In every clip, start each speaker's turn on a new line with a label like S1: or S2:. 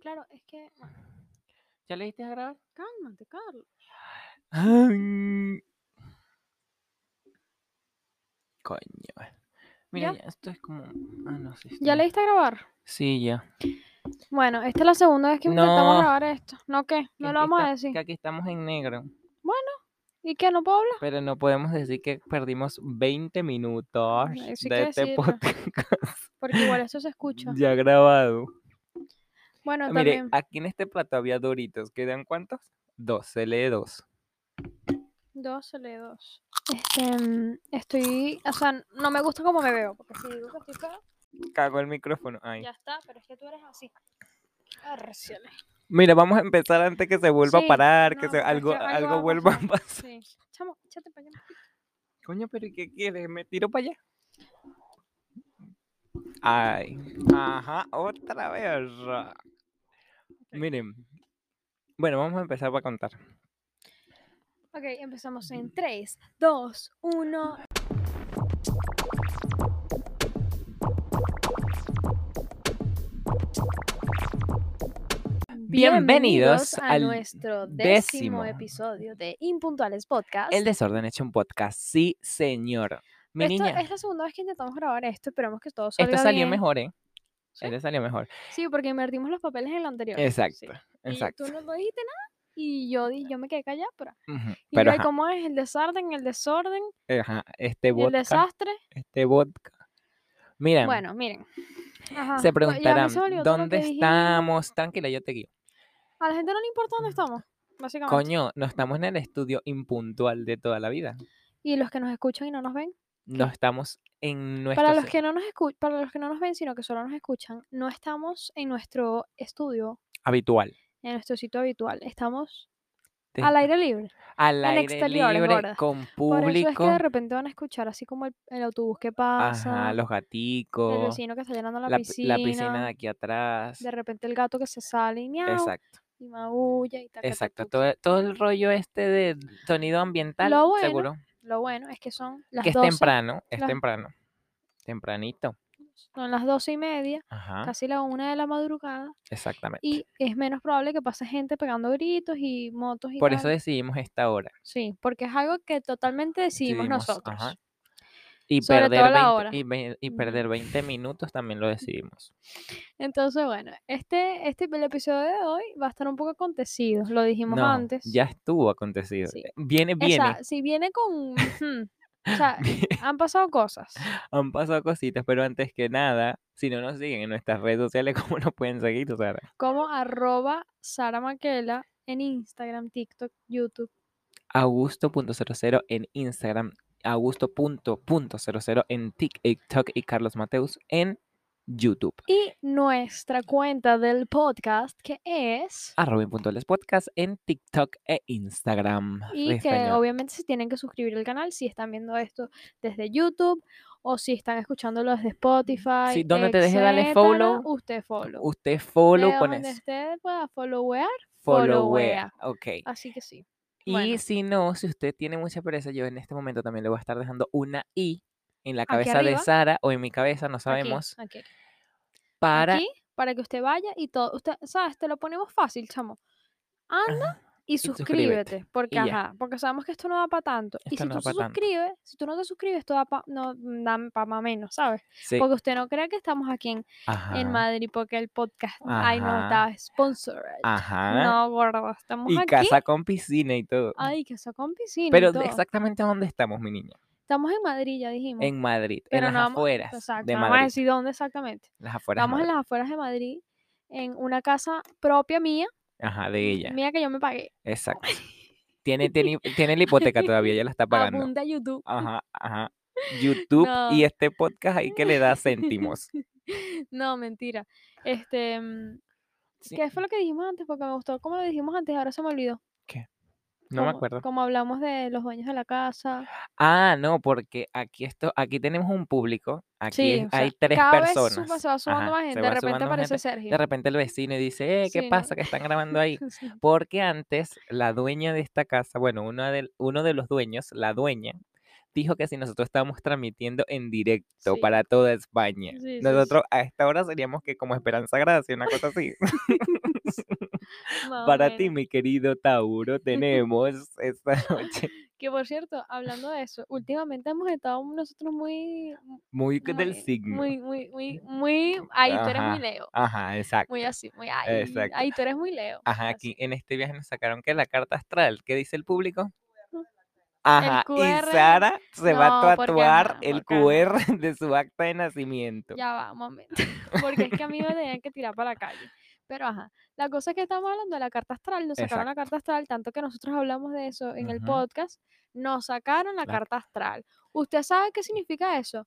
S1: Claro, es que. bueno,
S2: ¿Ya le diste a grabar?
S1: Cálmate, Carlos.
S2: Coño. Mira,
S1: ¿Ya?
S2: eh. ¿Ya? esto es como. Ah, no sé.
S1: ¿Ya le diste a grabar?
S2: Sí, ya.
S1: Bueno, esta es la segunda vez que intentamos
S2: No.
S1: grabar esto. ¿No qué? No lo
S2: Es que
S1: vamos a
S2: está-
S1: decir.
S2: Que aquí estamos en negro.
S1: ¿Y qué? ¿No puedo hablar?
S2: Pero no podemos decir que perdimos 20 minutos
S1: Ay, sí hay
S2: de
S1: que
S2: este
S1: decirlo.
S2: podcast
S1: Porque igual eso se escucha.
S2: ya grabado.
S1: Bueno,
S2: Ah, Mire,
S1: también.
S2: aquí en este plato había doritos. ¿Quedan cuántos? Dos, se lee dos.
S1: Dos, sale dos. Este, mm, estoy. O sea, no me gusta cómo me veo. Porque si digo que estoy fea,
S2: Cago el micrófono. Ay.
S1: ya está. Pero es que tú eres así. Arreciale.
S2: Mira, vamos a empezar antes que se vuelva
S1: Sí,
S2: a parar, que
S1: no, porque
S2: se,
S1: es
S2: algo,
S1: que algo va
S2: algo
S1: a
S2: vuelva a
S1: pasar.
S2: pasar.
S1: Sí. Chamo, échate para allá.
S2: Coño, pero ¿y qué quieres? ¿Me tiro para allá? Ay, ajá, otra vez. Miren, bueno, vamos a empezar para contar.
S1: Ok, empezamos en 3, 2, 1.
S2: Bienvenidos
S1: a
S2: al
S1: nuestro
S2: décimo.
S1: décimo episodio de Impuntuales Podcast.
S2: El desorden hecho un podcast, sí, señor. Mi
S1: Esto-
S2: niña,
S1: Es la segunda vez que intentamos grabar esto, esperemos que todo salga
S2: esto salió
S1: bien.
S2: mejor, ¿eh?
S1: ¿Sí?
S2: Esto salió mejor.
S1: Sí, porque invertimos los papeles en el anterior. sí.
S2: Exacto,
S1: Y
S2: exacto.
S1: tú no lo dijiste nada y yo, di- yo me quedé callada. Pero,
S2: Ujú,
S1: y
S2: Pero
S1: yo,
S2: ajá,
S1: ¿cómo es el desorden, el desorden,
S2: ajá, este
S1: el
S2: vodka,
S1: desastre?
S2: este vodka. Mira,
S1: Bueno, miren. Ajá,
S2: se
S1: pues, y a mí
S2: preguntarán,
S1: se me olvidó todo lo
S2: ¿dónde
S1: que dije.
S2: estamos? Tranquila, yo te guío.
S1: A la gente no le importa dónde estamos, básicamente.
S2: Coño, no estamos en el estudio impuntual de toda la vida.
S1: Y los que nos escuchan y no nos ven.
S2: No estamos en nuestro...
S1: Para los,
S2: se-
S1: que no nos escu- para los que no nos ven, sino que solo nos escuchan, no estamos en nuestro estudio,
S2: Habitual.
S1: en nuestro sitio habitual. Estamos
S2: Te-
S1: al aire libre.
S2: al
S1: en
S2: aire
S1: exteriores,
S2: libre,
S1: gorda.
S2: con
S1: Por eso es que
S2: público.
S1: de repente van a escuchar así como el, el autobús que pasa,
S2: Ajá, los
S1: el
S2: gaticos.
S1: vecino que está llenando la,
S2: La, pi-
S1: piscina,
S2: la piscina de aquí atrás.
S1: de repente el gato que se sale y miau,
S2: Exacto,
S1: y maulla y tal.
S2: exacto. Todo, e todo el rollo este de sonido ambiental,
S1: Lo bueno,
S2: seguro.
S1: Lo bueno es que son las
S2: que es
S1: 12,
S2: temprano, es
S1: las-
S2: temprano. Tempranito.
S1: son las doce y media,
S2: Ajá,
S1: casi la una de la madrugada.
S2: exactamente.
S1: y es menos probable que pase gente pegando gritos y motos y
S2: Por eso
S1: tal.
S2: decidimos esta hora.
S1: sí, porque es algo que totalmente decidimos
S2: decidimos,
S1: nosotros.
S2: ajá. Y
S1: Sobre todo
S2: perder,
S1: la
S2: 20,
S1: hora.
S2: y ve- y
S1: Ujú.
S2: perder 20 minutos también lo decidimos.
S1: Entonces, bueno, este, este el episodio de hoy va a estar un poco acontecido, lo dijimos
S2: No,
S1: antes.
S2: ya estuvo acontecido.
S1: Sí.
S2: Eh, Viene,
S1: O sea,
S2: viene.
S1: si viene con ujú, o sea,
S2: Bien,
S1: han pasado cosas.
S2: Han pasado cositas, pero antes que nada, si no nos siguen en nuestras redes sociales, ¿cómo nos pueden seguir? O sea,
S1: Como arroba Sara Maquela en Instagram, TikTok, YouTube.
S2: Augusto.00 en Instagram, Augusto.00 en TikTok y Carlos Mateus en YouTube.
S1: Y nuestra cuenta del podcast que es...
S2: Arroba Impuntuales Podcast en TikTok e Instagram.
S1: Y que
S2: Pestaña.
S1: obviamente se tienen que suscribir al canal si están viendo esto desde YouTube o si están escuchándolo desde Spotify.
S2: Sí, donde te deje darle
S1: etcétera,
S2: follow.
S1: Usted follow.
S2: Usted follow,
S1: De
S2: pones.
S1: Donde usted pueda followear,
S2: Followea.
S1: Followea.
S2: Ok.
S1: así que sí.
S2: Y
S1: Ah, bueno.
S2: si no, si usted tiene mucha pereza, yo en este momento también le voy a estar dejando una I en la
S1: Aquí
S2: cabeza de
S1: arriba.
S2: Sara o en mi cabeza, no
S1: Aquí,
S2: sabemos.
S1: Aquí, aquí.
S2: para.
S1: Aquí, para que usted vaya y todo. Usted, ¿sabes? Te lo ponemos fácil, chamo. Anda y
S2: suscríbete,
S1: suscríbete, porque
S2: y ya.
S1: ajá, porque sabemos que esto no da para tanto. y
S2: Esto
S1: si tú
S2: no da
S1: se
S2: pa' tanto.
S1: suscribes, si tú no te suscribes, esto da para no, para menos, ¿sabes?
S2: Sí,
S1: Porque usted no crea que estamos aquí en
S2: Ajá.
S1: en Madrid porque el podcast ay no está sponsored.
S2: Ajá.
S1: No, gordo, estamos
S2: y
S1: aquí.
S2: casa con piscina y todo.
S1: Ay, que eso con piscina. y
S2: Pero
S1: todo.
S2: de- exactamente dónde estamos, mi niña.
S1: estamos en Madrid, ya dijimos.
S2: En Madrid,
S1: Pero
S2: en
S1: no
S2: las
S1: vamos-
S2: afueras
S1: Exacto,
S2: de
S1: no vamos a
S2: Madrid.
S1: decir dónde exactamente.
S2: Las afueras. de
S1: Estamos en
S2: Madrid.
S1: las afueras de Madrid, en una casa propia mía,
S2: Ajá, de ella.
S1: mía que yo me pagué.
S2: Exacto. Tiene, tiene, tiene la hipoteca todavía, ya la está pagando.
S1: Abunda YouTube.
S2: Ajá, ajá. YouTube y
S1: No.
S2: este podcast ahí que le da céntimos.
S1: no, mentira. Este, mm,
S2: Sí,
S1: ¿qué fue lo que dijimos antes? Porque me gustó cómo lo dijimos antes, ahora se me olvidó.
S2: no me
S1: como-
S2: acuerdo.
S1: Como hablamos de los dueños de la casa.
S2: Ah, no, porque aquí esto, aquí tenemos un público. Aquí
S1: Sí,
S2: es-
S1: o sea,
S2: hay tres
S1: cada
S2: personas.
S1: vez suba- se va sumando
S2: Ajá,
S1: más
S2: se
S1: gente.
S2: va
S1: De repente
S2: sumando más
S1: aparece
S2: gente.
S1: Sergio.
S2: De repente el vecino dice, eh, ¿qué
S1: Sí, no.
S2: pasa? Que están grabando ahí.
S1: Sí.
S2: Porque antes la dueña de esta casa, bueno, una del- uno de los dueños, la dueña, dijo que si nosotros estábamos transmitiendo en directo
S1: Sí.
S2: para toda España,
S1: Sí, sí, sí.
S2: nosotros a esta hora seríamos que como Esperanza Gracia, una cosa así.
S1: Más o
S2: para ti,
S1: menos.
S2: mi querido Tauro, tenemos esta noche
S1: Que por cierto, hablando de eso, últimamente hemos estado nosotros muy.
S2: muy que del
S1: muy-
S2: signo.
S1: Muy, muy, muy, muy. Ay, tú eres
S2: Ajá.
S1: muy Leo.
S2: Ajá, exacto.
S1: Muy así, muy. Ay,
S2: Exacto.
S1: ay, tú eres muy Leo.
S2: Ajá,
S1: así.
S2: aquí en este viaje nos sacaron que la carta astral, ¿qué dice el público? Ajá, y
S1: QR.
S2: Sara se va
S1: No,
S2: a
S1: porque
S2: tatuar
S1: ajá,
S2: el
S1: porque ajá.
S2: QR de su acta de nacimiento.
S1: Ya va, un momento. Porque es que a mí me tenían que tirar para la calle. Pero ajá, la cosa es que estamos hablando de la carta astral, nos sacaron la carta astral, tanto que nosotros hablamos de eso en el
S2: Ujú.
S1: podcast, nos sacaron la
S2: La-
S1: carta astral. ¿Usted sabe qué significa eso?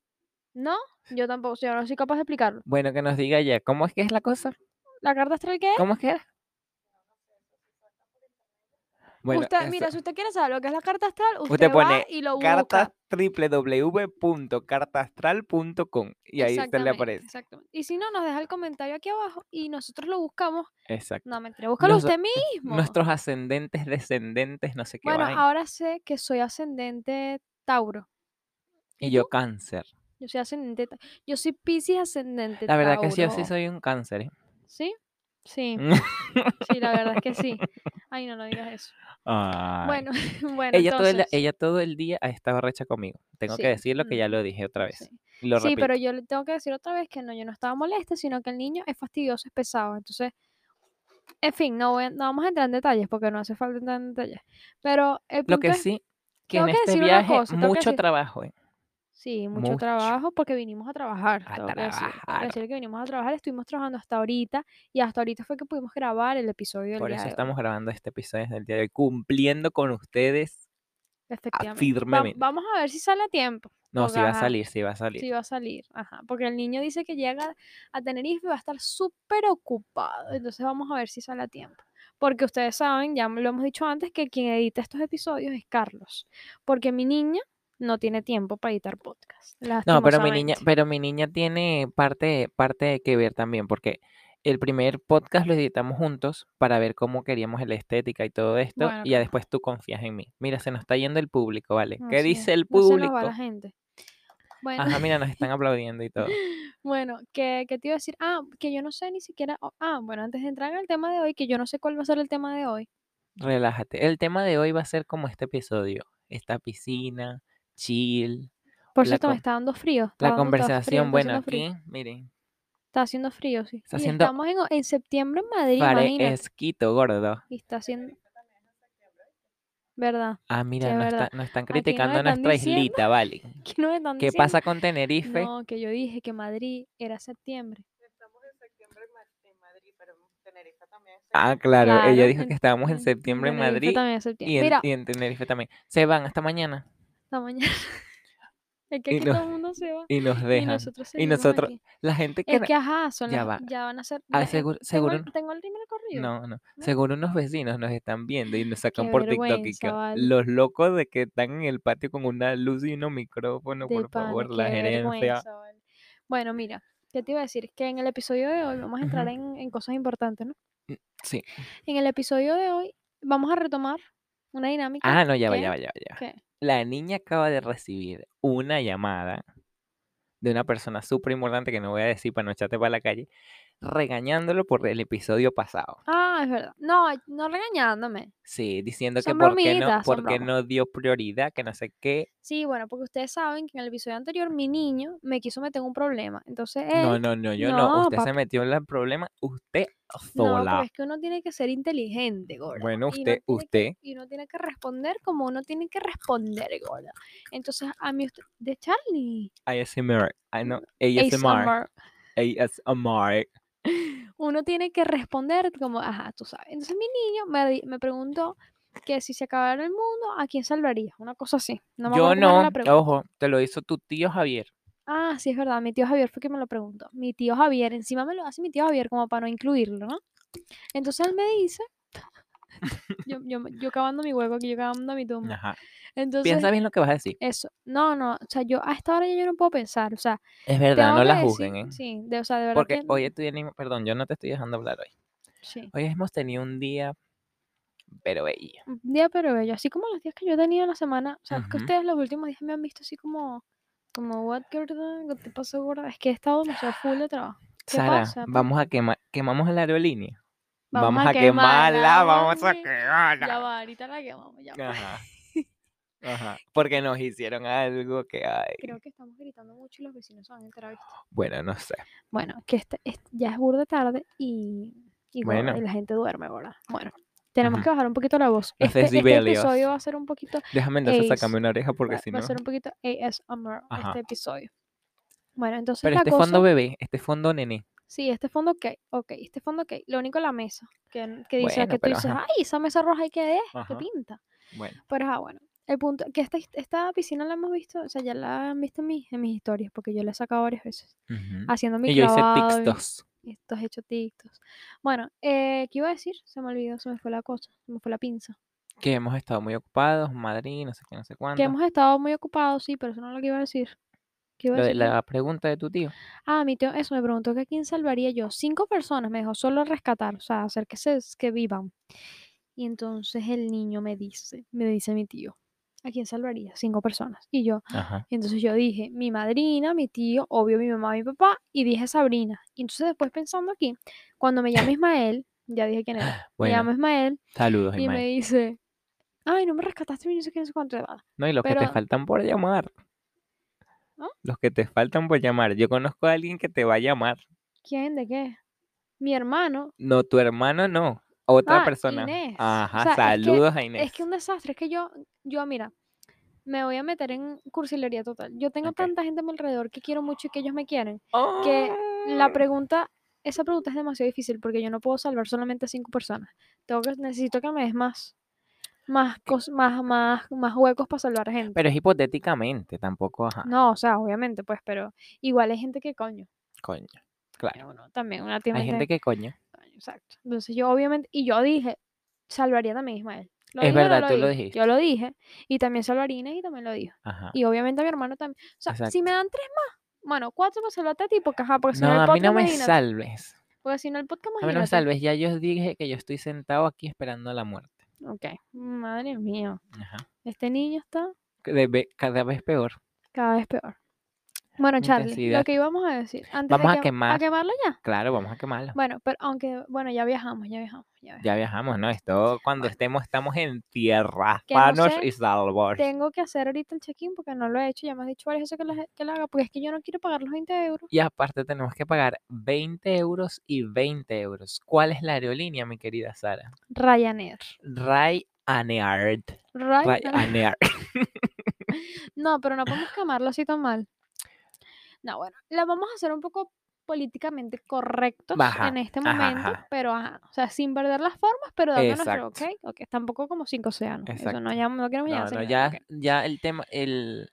S1: ¿No? Yo tampoco, yo no soy capaz de explicarlo.
S2: Bueno, que nos diga ya, ¿cómo es que es la cosa?
S1: ¿La carta astral qué es?
S2: ¿Cómo es que era? Bueno,
S1: usted,
S2: eso,
S1: Mira, si usted quiere saber lo que es la carta astral, usted,
S2: pone
S1: va y lo busca.
S2: cartas www.cartastral.com y ahí usted le
S1: Exactamente,
S2: aparece.
S1: exactamente. Y si no, nos deja el comentario aquí abajo y nosotros lo buscamos.
S2: Exacto.
S1: No, mentira, búscalo
S2: Noso-
S1: usted mismo.
S2: Nuestros ascendentes, descendentes, no sé qué
S1: bueno,
S2: vaina.
S1: ahora sé que soy ascendente Tauro.
S2: Y yo cáncer.
S1: Yo soy ascendente. ta- Yo soy Piscis ascendente.
S2: La verdad que sí, yo sí
S1: Tauro.
S2: soy un cáncer. ¿eh?
S1: ¿Sí? Sí, sí, la verdad es que sí. Ay, no, no digas eso.
S2: Ay.
S1: Bueno, bueno,
S2: ella, todo el,
S1: entonces.
S2: día- ella todo el día ha estado recha conmigo. Tengo
S1: Sí,
S2: que decirlo que ya
S1: mm,
S2: lo dije otra vez.
S1: sí.
S2: y Lo
S1: Sí,
S2: repito.
S1: pero yo le tengo que decir otra vez que no, yo no estaba molesta, sino que el niño es fastidioso, es pesado. Entonces, en fin, no, voy a- no vamos a entrar en detalles porque no hace falta entrar en detalles. Pero el punto
S2: Lo que
S1: es,
S2: sí, que
S1: tengo
S2: en
S1: que
S2: este
S1: decir una
S2: viaje
S1: cosa, tengo que
S2: mucho
S1: decir-
S2: trabajo. ¿eh?
S1: Sí, mucho,
S2: Mucho.
S1: trabajo porque vinimos a trabajar.
S2: A
S1: tengo que decir, tengo que
S2: trabajar.
S1: decir que vinimos a trabajar, estuvimos trabajando hasta ahorita y hasta ahorita fue que pudimos grabar el episodio del
S2: Por
S1: día
S2: eso
S1: de hoy,
S2: estamos grabando este episodio desde el día de hoy, cumpliendo con ustedes.
S1: Efectivamente. Va-
S2: firmemente.
S1: vamos a ver si sale a tiempo,
S2: No,
S1: Porque,
S2: si va a
S1: ajá,
S2: salir, si va a salir.
S1: si va a salir. Ajá, porque el niño dice que llega a Tenerife y va a estar súper ocupado. Entonces vamos a ver si sale a tiempo. Porque ustedes saben, ya lo hemos dicho antes, que quien edita estos episodios es Carlos. Porque mi niña no tiene tiempo para editar podcast.
S2: No, pero mi niña,
S1: lastimosamente.
S2: pero mi niña tiene parte, parte que ver también, porque el primer podcast lo editamos juntos para ver cómo queríamos la estética y todo esto,
S1: Bueno,
S2: y ya
S1: claro.
S2: después tú confías en mí. Mira, se nos está yendo el público, ¿vale? ¿Qué
S1: Así es,
S2: dice el
S1: no se nos va
S2: público? Ah.
S1: la gente. Bueno,
S2: Ajá, mira, nos están aplaudiendo y todo.
S1: bueno, que, que te iba a decir, ah, que yo no sé ni siquiera, oh, ah, bueno, antes de entrar en el tema de hoy, que yo no sé cuál va a ser el tema de hoy.
S2: Relájate. El tema de hoy va a ser como este episodio, esta piscina, chill,
S1: Por
S2: La
S1: cierto, me
S2: con-
S1: está dando frío. está
S2: la
S1: dando- está frío,
S2: conversación.
S1: está
S2: Bueno,
S1: haciendo frío.
S2: aquí, miren,
S1: Está haciendo frío, sí.
S2: Está
S1: y
S2: haciendo-
S1: estamos en, en septiembre en Madrid,
S2: pare
S1: imagínate.
S2: esquito, gordo.
S1: Y está haciendo... ¿Verdad?
S2: Ah, mira,
S1: Sí, es
S2: nos,
S1: verdad.
S2: está- nos están
S1: nos
S2: criticando
S1: están
S2: nuestra
S1: diciendo
S2: islita, ¿vale?
S1: ¿Qué nos están
S2: ¿Qué
S1: diciendo?
S2: pasa con Tenerife?
S1: No, que yo dije que Madrid era septiembre.
S3: Estamos en septiembre en, Ma- en Madrid, pero en Tenerife también. es
S2: Ah, claro, ella
S1: Claro,
S2: dijo
S1: en-
S2: que estábamos en septiembre en
S1: Tenerife
S2: Madrid
S1: también es
S2: y
S1: septiembre.
S2: en,
S1: Mira,
S2: y en Tenerife también. Se van hasta mañana
S1: hasta mañana. Es que
S2: Y
S1: aquí
S2: no-
S1: todo el mundo se va.
S2: y nos
S1: Y
S2: dejan.
S1: nosotros
S2: Y
S1: seguimos
S2: nosotros,
S1: aquí.
S2: la gente que...
S1: Es
S2: no-
S1: que ajá, son
S2: Ya
S1: las-
S2: va.
S1: ya van a ser.
S2: Ah,
S1: ya, eh,
S2: seguro,
S1: tengo, el-
S2: seguro-
S1: tengo el rimel corrido.
S2: No, no.
S1: ¿no?
S2: Según unos vecinos nos están viendo y nos sacan
S1: Qué
S2: por TikTok y
S1: vergüenza,
S2: que
S1: vale.
S2: los locos de que están en el patio con una luz y unos micrófonos,
S1: De
S2: por
S1: pana,
S2: favor, la
S1: qué
S2: gerencia.
S1: vergüenza, vale. Bueno, mira, ¿qué te iba a decir? Que en el episodio de hoy vamos a entrar
S2: Ujú.
S1: en, en cosas importantes, ¿no?
S2: Sí.
S1: En el episodio de hoy vamos a retomar una dinámica.
S2: Ah, no, ya va,
S1: que-
S2: ya va, ya va, ya va.
S1: ¿Qué?
S2: La niña acaba de recibir una llamada de una persona súper importante que no voy a decir para no echarte para la calle, regañándolo por el episodio pasado.
S1: Ah, es verdad. No, ay, no regañándome.
S2: Sí, diciendo que
S1: Son
S2: por qué no,
S1: bromitas, son
S2: por qué
S1: bromas.
S2: no dio prioridad, que no sé qué.
S1: Sí, bueno, porque ustedes saben que en el episodio anterior mi niño me quiso meter en un problema. Entonces él.
S2: No, no, no, yo no.
S1: Eh, No,
S2: Usted se
S1: papi.
S2: metió en el problema, usted
S1: No,
S2: sola.
S1: porque es que uno tiene que ser inteligente, gorda.
S2: Bueno,
S1: y no
S2: usted,
S1: tiene que-
S2: usted.
S1: y uno tiene que responder como uno tiene que responder, gorda. Entonces, a mí usted... De Charlie.
S2: ASMR. Ah, no, ASMR.
S1: ASMR.
S2: ASMR.
S1: Uno tiene que responder como, ajá, tú sabes. Entonces mi niño me, di- me preguntó que si se acabara el mundo, ¿a quién salvaría? Una cosa así. No me
S2: Yo
S1: acuerdo cómo era
S2: no,
S1: la pregunta.
S2: ojo, te lo hizo tu tío Javier.
S1: Ah, sí, es verdad. Mi tío Javier fue quien me lo preguntó. Mi tío Javier, encima me lo hace mi tío Javier como para no incluirlo, ¿no? Entonces él me dice, yo, yo, yo cavando mi hueco aquí, yo cavando mi tumba.
S2: Ajá.
S1: Entonces,
S2: Piensa bien lo que vas a decir.
S1: eso. No, no, o sea, yo a esta hora ya yo no puedo pensar, o sea,
S2: Es verdad,
S1: tengo
S2: no
S1: que
S2: la
S1: decir-
S2: juzguen, ¿eh?
S1: Sí, de, o sea, de verdad
S2: Porque
S1: que
S2: hoy tenemos, perdón, yo no te estoy dejando hablar hoy.
S1: sí.
S2: Hoy hemos tenido un día pero bello.
S1: Un día pero bello. Así como los días que yo he tenido en la semana. O sea, es que
S2: Ujú.
S1: ustedes los últimos días me han visto así como... Como, what, gorda? ¿Qué te pasó, gorda? Es que he estado demasiado full de trabajo. ¿Qué
S2: Sara,
S1: pasa, pa?
S2: vamos a quemar, quemamos la aerolínea.
S1: Vamos
S2: Vamos,
S1: a
S2: a,
S1: quemarla,
S2: quemarla, vamos a
S1: mami. Ya
S2: quemarla.
S1: va, ahorita la quemamos. Ya va.
S2: Ajá. Ajá. Porque nos hicieron algo que hay.
S1: Creo que estamos gritando mucho y los vecinos se van a enterar, ¿viste?
S2: Bueno, no sé.
S1: Bueno, que este, es- ya es burda tarde y, y, gorda,
S2: Bueno.
S1: y la gente duerme, ¿verdad? Bueno, tenemos que
S2: Ujú.
S1: bajar un poquito la voz.
S2: Los
S1: Este, este
S2: decibelios.
S1: episodio va a ser un poquito,
S2: Déjame entonces
S1: Ey,
S2: sacarme una oreja porque
S1: va,
S2: si
S1: va
S2: no.
S1: a ser un poquito ASMR
S2: Ajá.
S1: este episodio. Bueno, entonces
S2: Pero
S1: la
S2: este
S1: cosa,
S2: fondo bebé, este fondo nené.
S1: sí, este fondo ok, ok, este fondo ok. Lo único la mesa, que, n- que dice
S2: Bueno,
S1: que tú
S2: pero
S1: dices,
S2: ajá.
S1: ay, esa mesa roja hay que es, que
S2: Ajá.
S1: pinta.
S2: Bueno,
S1: Pero ah, bueno, el punto, que esta, esta piscina la hemos visto, o sea, ya la han visto en mis, en mis historias, porque yo la he sacado varias veces,
S2: ujú.
S1: haciendo mi
S2: Y yo hice
S1: clavado y-
S2: textos.
S1: Estos hechos tictos. Bueno, eh, ¿qué iba a decir? Se me olvidó, se me fue la cosa, se me fue la pinza.
S2: Que hemos estado muy ocupados, Madrid, no sé qué, no sé cuánto.
S1: Que hemos estado muy ocupados, sí, pero eso no es lo que iba a decir. ¿Qué iba a
S2: Lo de
S1: decir yo?
S2: la pregunta de tu tío.
S1: Ah, mi tío, eso me preguntó que a quién salvaría yo. Cinco personas me dejó solo rescatar, o sea, hacer que, se, que vivan. Y entonces el niño me dice, me dice mi tío, ¿a quién salvaría? Cinco personas. Y yo,
S2: Ajá.
S1: Y entonces yo dije, mi madrina, mi tío, obvio mi mamá, mi papá, y dije Sabrina. Y entonces después pensando aquí, cuando me llama Ismael, ya dije quién era, me
S2: Bueno.
S1: llama Ismael
S2: Saludos,
S1: y me
S2: Ismael.
S1: dice, ay, no me rescataste, no sé qué, no sé cuánto. Ah,
S2: No, y los que
S1: pero-
S2: te faltan por llamar.
S1: ¿Ah?
S2: Los que te faltan por llamar. Yo conozco a alguien que te va a llamar.
S1: ¿Quién? ¿De qué? Mi hermano.
S2: No, tu hermano no. Otra
S1: Ah,
S2: persona.
S1: Inés. O
S2: Ajá,
S1: sea, es que-
S2: saludos a Inés.
S1: Es que un desastre, es que yo, yo mira, me voy a meter en cursilería total. Yo tengo
S2: Ok.
S1: tanta gente a mi alrededor que quiero mucho y que ellos me quieren. que La
S2: Mm.
S1: pregunta, esa pregunta es demasiado difícil porque yo no puedo salvar solamente a cinco personas. Tengo que, necesito que me des más, más, cos- más, más, más huecos para salvar gente.
S2: Pero es hipotéticamente, tampoco, ajá.
S1: no, o sea, obviamente, pues, pero igual hay gente que coño.
S2: Coño. Claro.
S1: Pero uno también, una
S2: Hay gente que coño.
S1: Exacto. Entonces yo obviamente, y yo dije, salvaría también a Ismael. ¿Lo
S2: Es
S1: dije o no
S2: verdad, tú lo
S1: Yo lo dije, y también salvaría a Inés y también lo dijo.
S2: Ajá.
S1: Y obviamente a mi hermano también. O sea, si me
S2: Exacto.
S1: dan tres más, bueno, cuatro para salvarte a ti, porque ajá, porque si no,
S2: No,
S1: el
S2: a mí
S1: podcast
S2: no me
S1: imagínate.
S2: salves.
S1: Porque si no el podcast
S2: A mí no me
S1: imagínate.
S2: salves. Ya yo os dije que yo estoy sentado aquí esperando a la muerte.
S1: Ok, madre mía.
S2: Ajá.
S1: Este niño está
S2: Que de ve- Cada vez peor.
S1: cada vez peor. Bueno, Charlie, lo
S2: Intensidad.
S1: que íbamos a decir. Antes
S2: Vamos
S1: de quem-
S2: a
S1: ¿A
S2: quemar.
S1: quemarlo ya?
S2: Claro, vamos a quemarlo.
S1: Bueno, pero aunque, bueno, ya viajamos, ya viajamos, ya viajamos.
S2: Ya viajamos, ¿no? Esto cuando
S1: Bueno.
S2: estemos, estamos en tierra,
S1: Que no
S2: panos
S1: sé,
S2: y salvos.
S1: Tengo que hacer ahorita el check-in porque no lo he hecho. Ya me has dicho varias veces que lo, he- que lo haga, porque es que yo no quiero pagar los 20 euros.
S2: Y aparte tenemos que pagar 20 euros y 20 euros. ¿Cuál es la aerolínea, mi querida Sara?
S1: Ryanair.
S2: Ryanair.
S1: Ryanair.
S2: Ryanair.
S1: No, pero no podemos quemarlo así tan mal. No, bueno, la vamos a hacer un poco políticamente correctos
S2: Ajá,
S1: en este
S2: ajá,
S1: momento,
S2: ajá.
S1: pero ajá, o sea, sin perder las formas, pero dando nuestro ok,
S2: Exacto.
S1: ok, tampoco como cinco océanos. Eso no,
S2: Exacto.
S1: llam- no queremos
S2: No,
S1: llegar a
S2: no,
S1: ese
S2: ya,
S1: nivel, ok,
S2: ya el tema, el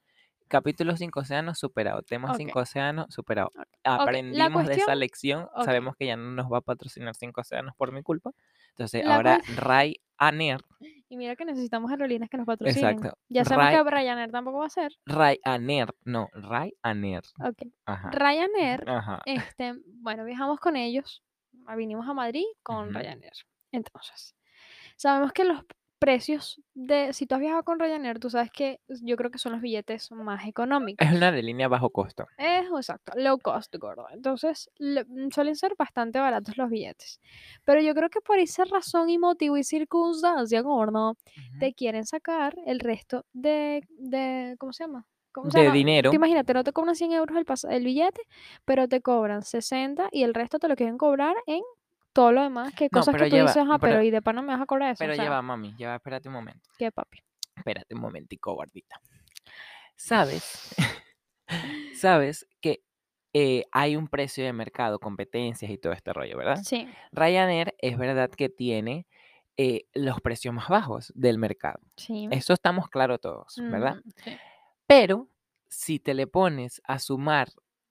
S2: capítulo 5 océanos superado, tema
S1: Ok.
S2: 5 océanos superado.
S1: Ok, la
S2: Aprendimos de esa
S1: cuestión-
S2: lección,
S1: ok.
S2: sabemos que ya no nos va a patrocinar 5 océanos por mi culpa. Entonces
S1: La
S2: ahora Ryanair,
S1: Y mira que necesitamos aerolíneas que nos patrocinen.
S2: exacto,
S1: Ya sabemos
S2: Ry-
S1: que Ryanair tampoco va a ser.
S2: Ryanair, no, Ryanair.
S1: Ok.
S2: Ajá.
S1: Ryanair,
S2: Ajá.
S1: este, bueno, viajamos con ellos. ah, Vinimos a Madrid con
S2: Ujú.
S1: Ryanair. Entonces, sabemos que los precios de, si tú has viajado con Ryanair, tú sabes que yo creo que son los billetes más económicos.
S2: Es una aerolínea bajo costo.
S1: Es exacto, low cost, gordo. Entonces, le- mm, suelen ser bastante baratos los billetes. Pero yo creo que por esa razón y motivo y circunstancia, gordo, te quieren sacar el resto de, de ¿cómo se llama? Co- o sea,
S2: De
S1: no,
S2: dinero.
S1: Tú imagínate, no te cobran 100 euros el, pas- el billete, pero te cobran 60 y el resto te lo quieren cobrar en todo lo demás, que
S2: No,
S1: cosas
S2: pero
S1: que tú
S2: lleva-
S1: dices, ah, pero,
S2: pero-
S1: y de pana me vas a cobrar eso.
S2: Pero
S1: o sea,
S2: ya va, mami, ya va, espérate un momento.
S1: ¿qué, papi?
S2: Espérate un momentico, gordita. ¿Sabes? ¿Sabes que eh, hay un precio de mercado, competencias y todo este rollo, ¿verdad?
S1: Sí,
S2: Ryanair es verdad que tiene eh, los precios más bajos del mercado.
S1: sí.
S2: Eso estamos claros todos, ¿verdad?
S1: ujú, sí.
S2: Pero si te le pones a sumar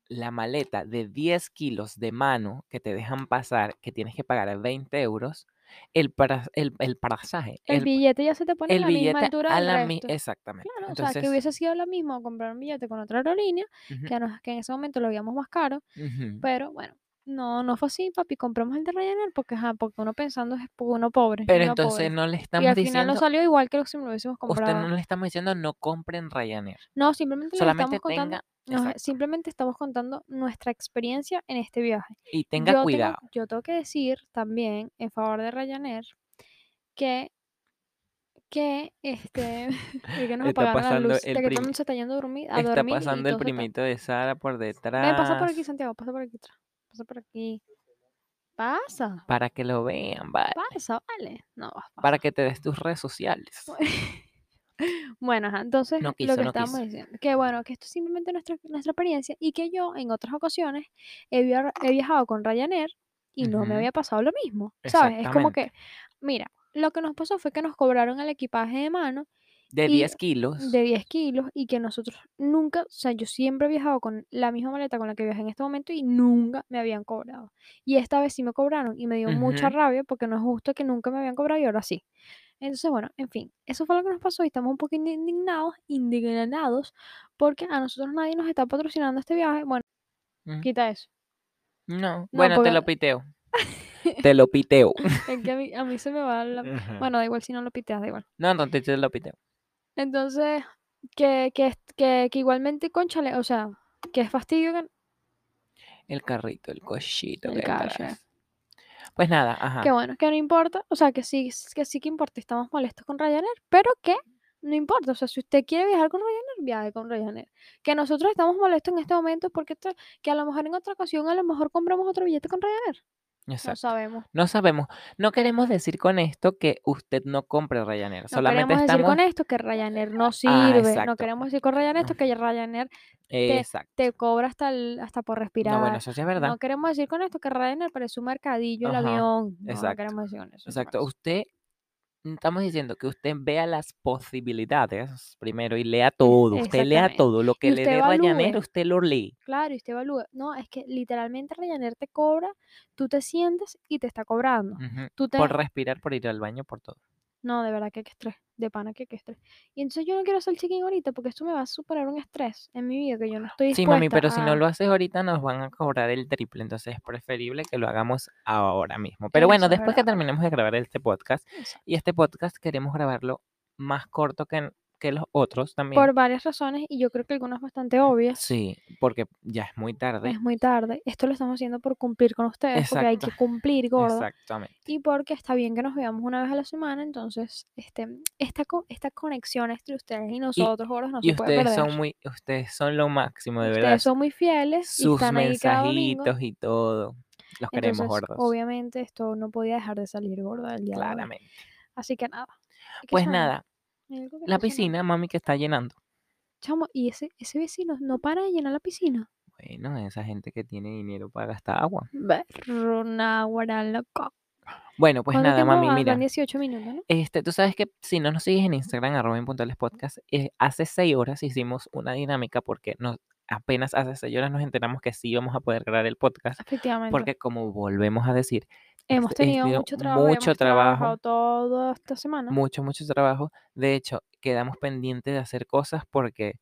S2: la maleta de 10 kilos de mano que te dejan pasar, que tienes que pagar 20 euros, el, para- el, el pasaje,
S1: El,
S2: el,
S1: billete ya se te pone
S2: el
S1: a la misma
S2: billete
S1: altura
S2: a
S1: del
S2: la mi-
S1: resto.
S2: Exactamente.
S1: Claro, o sea,
S2: Entonces,
S1: que hubiese sido lo mismo comprar un billete con otra aerolínea,
S2: ujú,
S1: que, a nos- que en ese momento lo veíamos más caro,
S2: ujú.
S1: pero bueno, No, no fue así, papi. Compramos el de Ryanair porque, ajá, porque uno pensando es porque uno pobre.
S2: Pero
S1: uno pobre.
S2: entonces no le
S1: y
S2: estamos
S1: al final
S2: diciendo,
S1: no salió igual que lo si lo hubiésemos
S2: usted
S1: comprado.
S2: no
S1: no,
S2: le estamos diciendo no compren Ryanair.
S1: simplemente le
S2: Solamente
S1: estamos contando.
S2: tenga,
S1: nos-
S2: exacto,
S1: simplemente estamos contando nuestra experiencia en este viaje.
S2: y
S1: yo
S2: tenga
S1: tengo-
S2: cuidado.
S1: yo tengo que decir también, en favor de Ryanair, que, que este, es que nos
S2: Está
S1: apagaron la
S2: pasando
S1: luz, de que
S2: el
S1: todo el
S2: primi-
S1: mundo se está yendo a dormir, a
S2: Está
S1: dormir y
S2: pasando el
S1: todo pues, se está-
S2: primito de Sara por detrás.
S1: Ven, pasa por aquí, Santiago, pasa por aquí, tra- pasa por aquí. Pasa,
S2: Para que lo vean, vale.
S1: pasa, vale. No, vas, pasa.
S2: Para que te des tus redes sociales.
S1: Bueno, ajá, entonces
S2: No
S1: lo
S2: quiso,
S1: que
S2: no
S1: estábamos
S2: quiso.
S1: diciendo, que bueno, que esto es simplemente nuestra, nuestra experiencia y que yo en otras ocasiones he, via- he viajado con Ryanair y no me
S2: Ujú.
S1: había pasado lo mismo, ¿sabes? Es como que,
S2: Exactamente.
S1: mira, lo que nos pasó fue que nos cobraron el equipaje de mano
S2: De
S1: y
S2: 10 kilos.
S1: de 10 kilos y que nosotros nunca, o sea, yo siempre he viajado con la misma maleta con la que viajé en este momento y nunca me habían cobrado. Y esta vez sí me cobraron y me dio mucha
S2: Ujú.
S1: rabia porque no es justo que nunca me habían cobrado y ahora sí. Entonces, bueno, en fin, eso fue lo que nos pasó y estamos un poquito indignados, indignados, porque a nosotros nadie nos está patrocinando este viaje. Bueno,
S2: Ujú.
S1: quita eso.
S2: No, bueno,
S1: porque-
S2: te lo piteo. te lo piteo.
S1: Es que a mí, a mí se me va la...
S2: Ujú.
S1: Bueno, da igual si no lo piteas, da igual.
S2: No, no, te, te lo piteo.
S1: Entonces, que, que, est- que, que igualmente, conchale, o sea, que es fastidio que
S2: El carrito, el cochito
S1: El
S2: que hay
S1: cacho.
S2: atrás. Pues nada, ajá.
S1: Que bueno, que no importa, o sea, que sí, que sí que importa, estamos molestos con Ryanair, pero que no importa, o sea, si usted quiere viajar con Ryanair, viaje con Ryanair. Que nosotros estamos molestos en este momento porque te- que a lo mejor en otra ocasión a lo mejor compramos otro billete con Ryanair. No
S2: Exacto.
S1: sabemos.
S2: No sabemos. No queremos decir con esto que usted no compre Ryanair.
S1: No
S2: Solamente
S1: queremos decir
S2: estamos.
S1: con esto que Ryanair no
S2: Ah,
S1: sirve. no
S2: exacto.
S1: queremos decir con Ryanair esto que Ryanair
S2: Exacto.
S1: te cobra hasta el- hasta por respirar.
S2: No, bueno, eso sí es verdad.
S1: No queremos decir con esto que Ryanair parece un mercadillo el
S2: Ajá,
S1: avión. No, no
S2: exacto,
S1: queremos decir con eso.
S2: Exacto. Usted, mm, estamos diciendo que usted vea las posibilidades primero y lea todo. Usted lea
S1: exactamente.
S2: todo. Lo que
S1: Y
S2: le
S1: usted
S2: dé Ryanair,
S1: evalúe.
S2: usted lo lee.
S1: Claro, y usted evalúa. No, es que literalmente Ryanair te cobra, tú te sientes y te está cobrando.
S2: Ujú.
S1: Tú te...
S2: Mm, Por respirar, por ir al baño, por todo.
S1: No, de verdad que qué estrés, de pana que qué estrés. Y entonces yo no quiero hacer check-in ahorita porque esto me va a superar un estrés en mi vida que yo no estoy
S2: Sí,
S1: dispuesta
S2: mami, pero si no
S1: a-
S2: lo haces ahorita nos van a cobrar el triple, entonces es preferible que lo hagamos ahora mismo. Pero bueno,
S1: Eso es
S2: después que
S1: verdad.
S2: terminemos de grabar este podcast,
S1: Exacto.
S2: y este podcast queremos grabarlo más corto que, en- que los otros también. Eh,
S1: Por varias razones y yo creo que algunas bastante obvias.
S2: Sí, porque ya es muy tarde.
S1: Es muy tarde. Esto lo estamos haciendo por cumplir con ustedes porque hay que
S2: Exacto,
S1: cumplir, gordo.
S2: Exactamente.
S1: Y porque está bien que nos veamos una vez a la semana, entonces este, esta, co- esta conexión entre ustedes y nosotros, gordos, no
S2: Y
S1: se puede perder.
S2: ustedes son muy, ustedes son lo máximo, de
S1: Ustedes
S2: verdad.
S1: son muy fieles y
S2: Sus
S1: están ahí cada domingo.
S2: mensajitos y todo. Los queremos
S1: Entonces,
S2: gordos.
S1: obviamente, esto no podía dejar de salir gorda el día de hoy.
S2: Claramente.
S1: Así que nada. ¿Qué
S2: Pues
S1: sonó?
S2: nada,
S1: Hay algo que
S2: la
S1: está sonando.
S2: piscina, mami, que está llenando.
S1: Chamo, y ese, ese vecino no para de llenar la piscina.
S2: Bueno, esa gente que tiene dinero para gastar agua.
S1: Berro, náguara, loco.
S2: Bueno, pues
S1: ¿Cuánto
S2: nada,
S1: tiempo
S2: mami,
S1: van?
S2: mira.
S1: Van 18 minutos, ¿no?
S2: Este, tú sabes que si no nos sigues en Instagram, arroba impuntuales podcast, eh, hace seis horas hicimos una dinámica porque nos, apenas hace seis horas nos enteramos que sí íbamos a poder grabar el podcast.
S1: Efectivamente.
S2: Porque como volvemos a decir,
S1: hemos
S2: este, he
S1: tenido
S2: tenido
S1: mucho trabajo. y
S2: mucho
S1: hemos
S2: trabajo,
S1: trabajado toda esta semana.
S2: mucho, mucho trabajo. De hecho, quedamos pendientes de hacer cosas porque,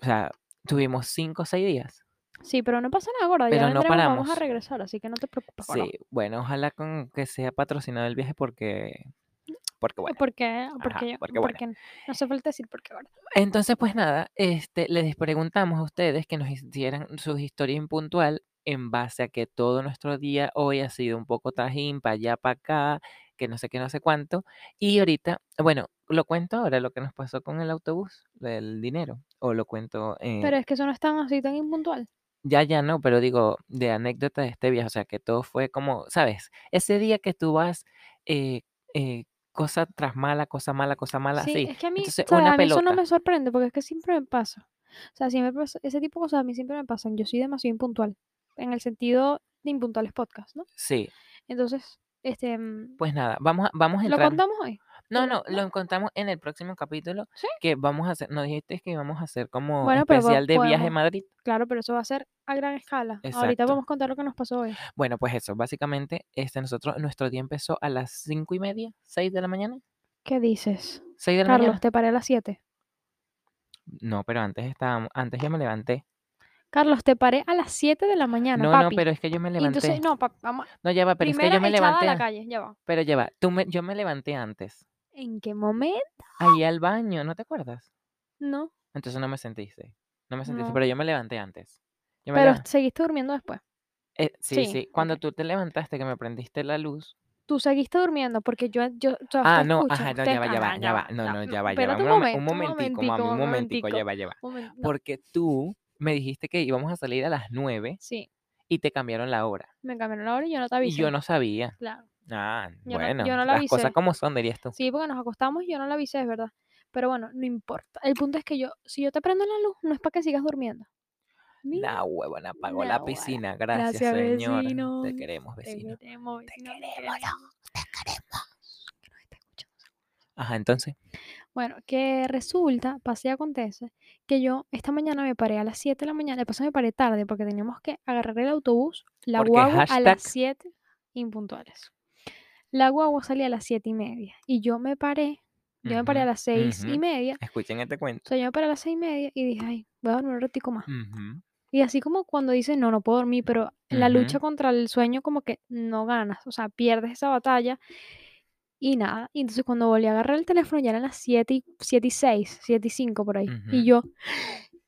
S2: o sea, tuvimos cinco o seis días.
S1: Sí, pero no pasa nada, gorda. ya
S2: Pero no
S1: vendremos, vamos a
S2: paramos.
S1: regresar, así que no te preocupes, gorda.
S2: Sí, bueno, ojalá con que sea patrocinado el viaje porque, porque bueno.
S1: Porque, porque, yo-
S2: porque bueno.
S1: porque no hace falta decir por qué, gorda.
S2: Entonces, pues nada, este, les preguntamos a ustedes que nos hicieran sus historias impuntual en base a que todo nuestro día hoy ha sido un poco trajín, para allá, para acá, que no sé qué, no sé cuánto. Y ahorita, bueno, lo cuento ahora lo que nos pasó con el autobús, el dinero, o lo cuento eh,
S1: Pero es que eso no es tan así tan impuntual.
S2: ya, ya no, pero digo, de anécdota de este viaje, o sea, que todo fue como, ¿sabes? Ese día que tú vas, eh, eh, cosa tras mala, cosa mala, cosa mala,
S1: Sí,
S2: así.
S1: es que a mí,
S2: Entonces,
S1: ¿sabes?
S2: una
S1: A mí eso no
S2: pelota.
S1: me sorprende porque es que siempre me pasa. O sea, si me pasa, ese tipo de cosas a mí siempre me pasan. Yo soy demasiado impuntual. En el sentido de impuntuales podcast, ¿no?
S2: Sí,
S1: Entonces, este. mm,
S2: pues nada, vamos a, vamos a
S1: ¿Lo
S2: entrar.
S1: contamos hoy?
S2: No,
S1: Pero,
S2: no, lo encontramos en el próximo capítulo
S1: ¿Sí?
S2: que vamos a hacer. Nos dijiste que íbamos a hacer como
S1: Bueno, pero po-
S2: especial de viaje a
S1: podemos-
S2: Madrid.
S1: Claro, pero eso va a ser a gran escala. Ahorita
S2: Exacto.
S1: vamos a contar lo que nos pasó hoy.
S2: Bueno, pues eso, básicamente, este, nosotros, nuestro día empezó a las cinco y media, seis de la mañana.
S1: ¿Qué dices?
S2: Seis de la
S1: Carlos,
S2: mañana.
S1: te paré a las 7.
S2: No, pero antes estábamos, antes yo me levanté.
S1: Carlos, te paré a las 7 de la mañana,
S2: No, no,
S1: papi.
S2: pero es que yo me
S1: Y
S2: levanté.
S1: Entonces, no, papi, vamos.
S2: No, ya va, pero
S1: primera
S2: es que yo me
S1: echada a la
S2: levanté.
S1: calle, ya va.
S2: Pero ya va, tú me, yo me levanté antes.
S1: ¿En qué momento?
S2: Ahí
S1: ¡Ah!
S2: al baño, ¿no te acuerdas?
S1: No.
S2: Entonces no me sentiste. No me sentiste,
S1: No.
S2: pero yo me levanté antes. Yo me
S1: Pero
S2: levan-
S1: seguiste durmiendo después.
S2: eh, sí, sí,
S1: sí,
S2: Cuando
S1: ok.
S2: tú te levantaste, que me prendiste la luz.
S1: Tú seguiste durmiendo porque yo, yo, o sea,
S2: ah,
S1: ustedes
S2: no,
S1: escuchan,
S2: ajá, no,
S1: ustedes-
S2: ya va, ya
S1: ajá,
S2: va, ya va. No, no, ya va, ya va.
S1: espérate
S2: Un,
S1: un
S2: momen-
S1: momento,
S2: un momentico, mami, un momentico, ya va, ya va.
S1: momento, no,
S2: Porque tú me dijiste que íbamos a salir a las 9
S1: Sí,
S2: y te cambiaron la hora.
S1: me cambiaron la hora y yo no te
S2: Y
S1: avisé.
S2: yo no sabía.
S1: Claro.
S2: Ah,
S1: Yo no-
S2: bueno,
S1: yo no la
S2: las cosas
S1: avisé.
S2: como son, dirías tú.
S1: Sí, porque nos acostamos y yo no la avisé, es verdad. Pero bueno, no importa. El punto es que yo, si yo te prendo la luz, no es para que sigas durmiendo. Mira,
S2: La huevona apagó la
S1: Naguará.
S2: piscina. Gracias,
S1: Gracias,
S2: señor.
S1: vecino.
S2: Te queremos,
S1: te
S2: vecino.
S1: queremos, vecino, te
S2: queremos,
S1: queremos. Que nos está escuchando.
S2: Ajá, entonces.
S1: Bueno, que resulta, pasa y acontece, que yo esta mañana me paré a las 7 de la mañana, de paso me paré tarde porque teníamos que agarrar el autobús, la
S2: Porque
S1: guagua a
S2: hashtag-
S1: las 7, impuntuales. La guagua salía a las 7 y media y yo me paré, yo me paré a
S2: ujú,
S1: las 6 y
S2: ujú,
S1: media,
S2: Escuchen este
S1: o
S2: cuento.
S1: sea, yo me paré a las 6 y media y dije, ay, voy a dormir un ratico más.
S2: Ujú,
S1: Y así como cuando dicen, no, no puedo dormir, pero la
S2: Ujú.
S1: lucha contra el sueño como que no ganas, o sea, pierdes esa batalla y nada. Y entonces cuando volví a agarrar el teléfono ya eran las 7 y, 7 y 6, 7 y 5 por ahí.
S2: Ujú.
S1: Y yo,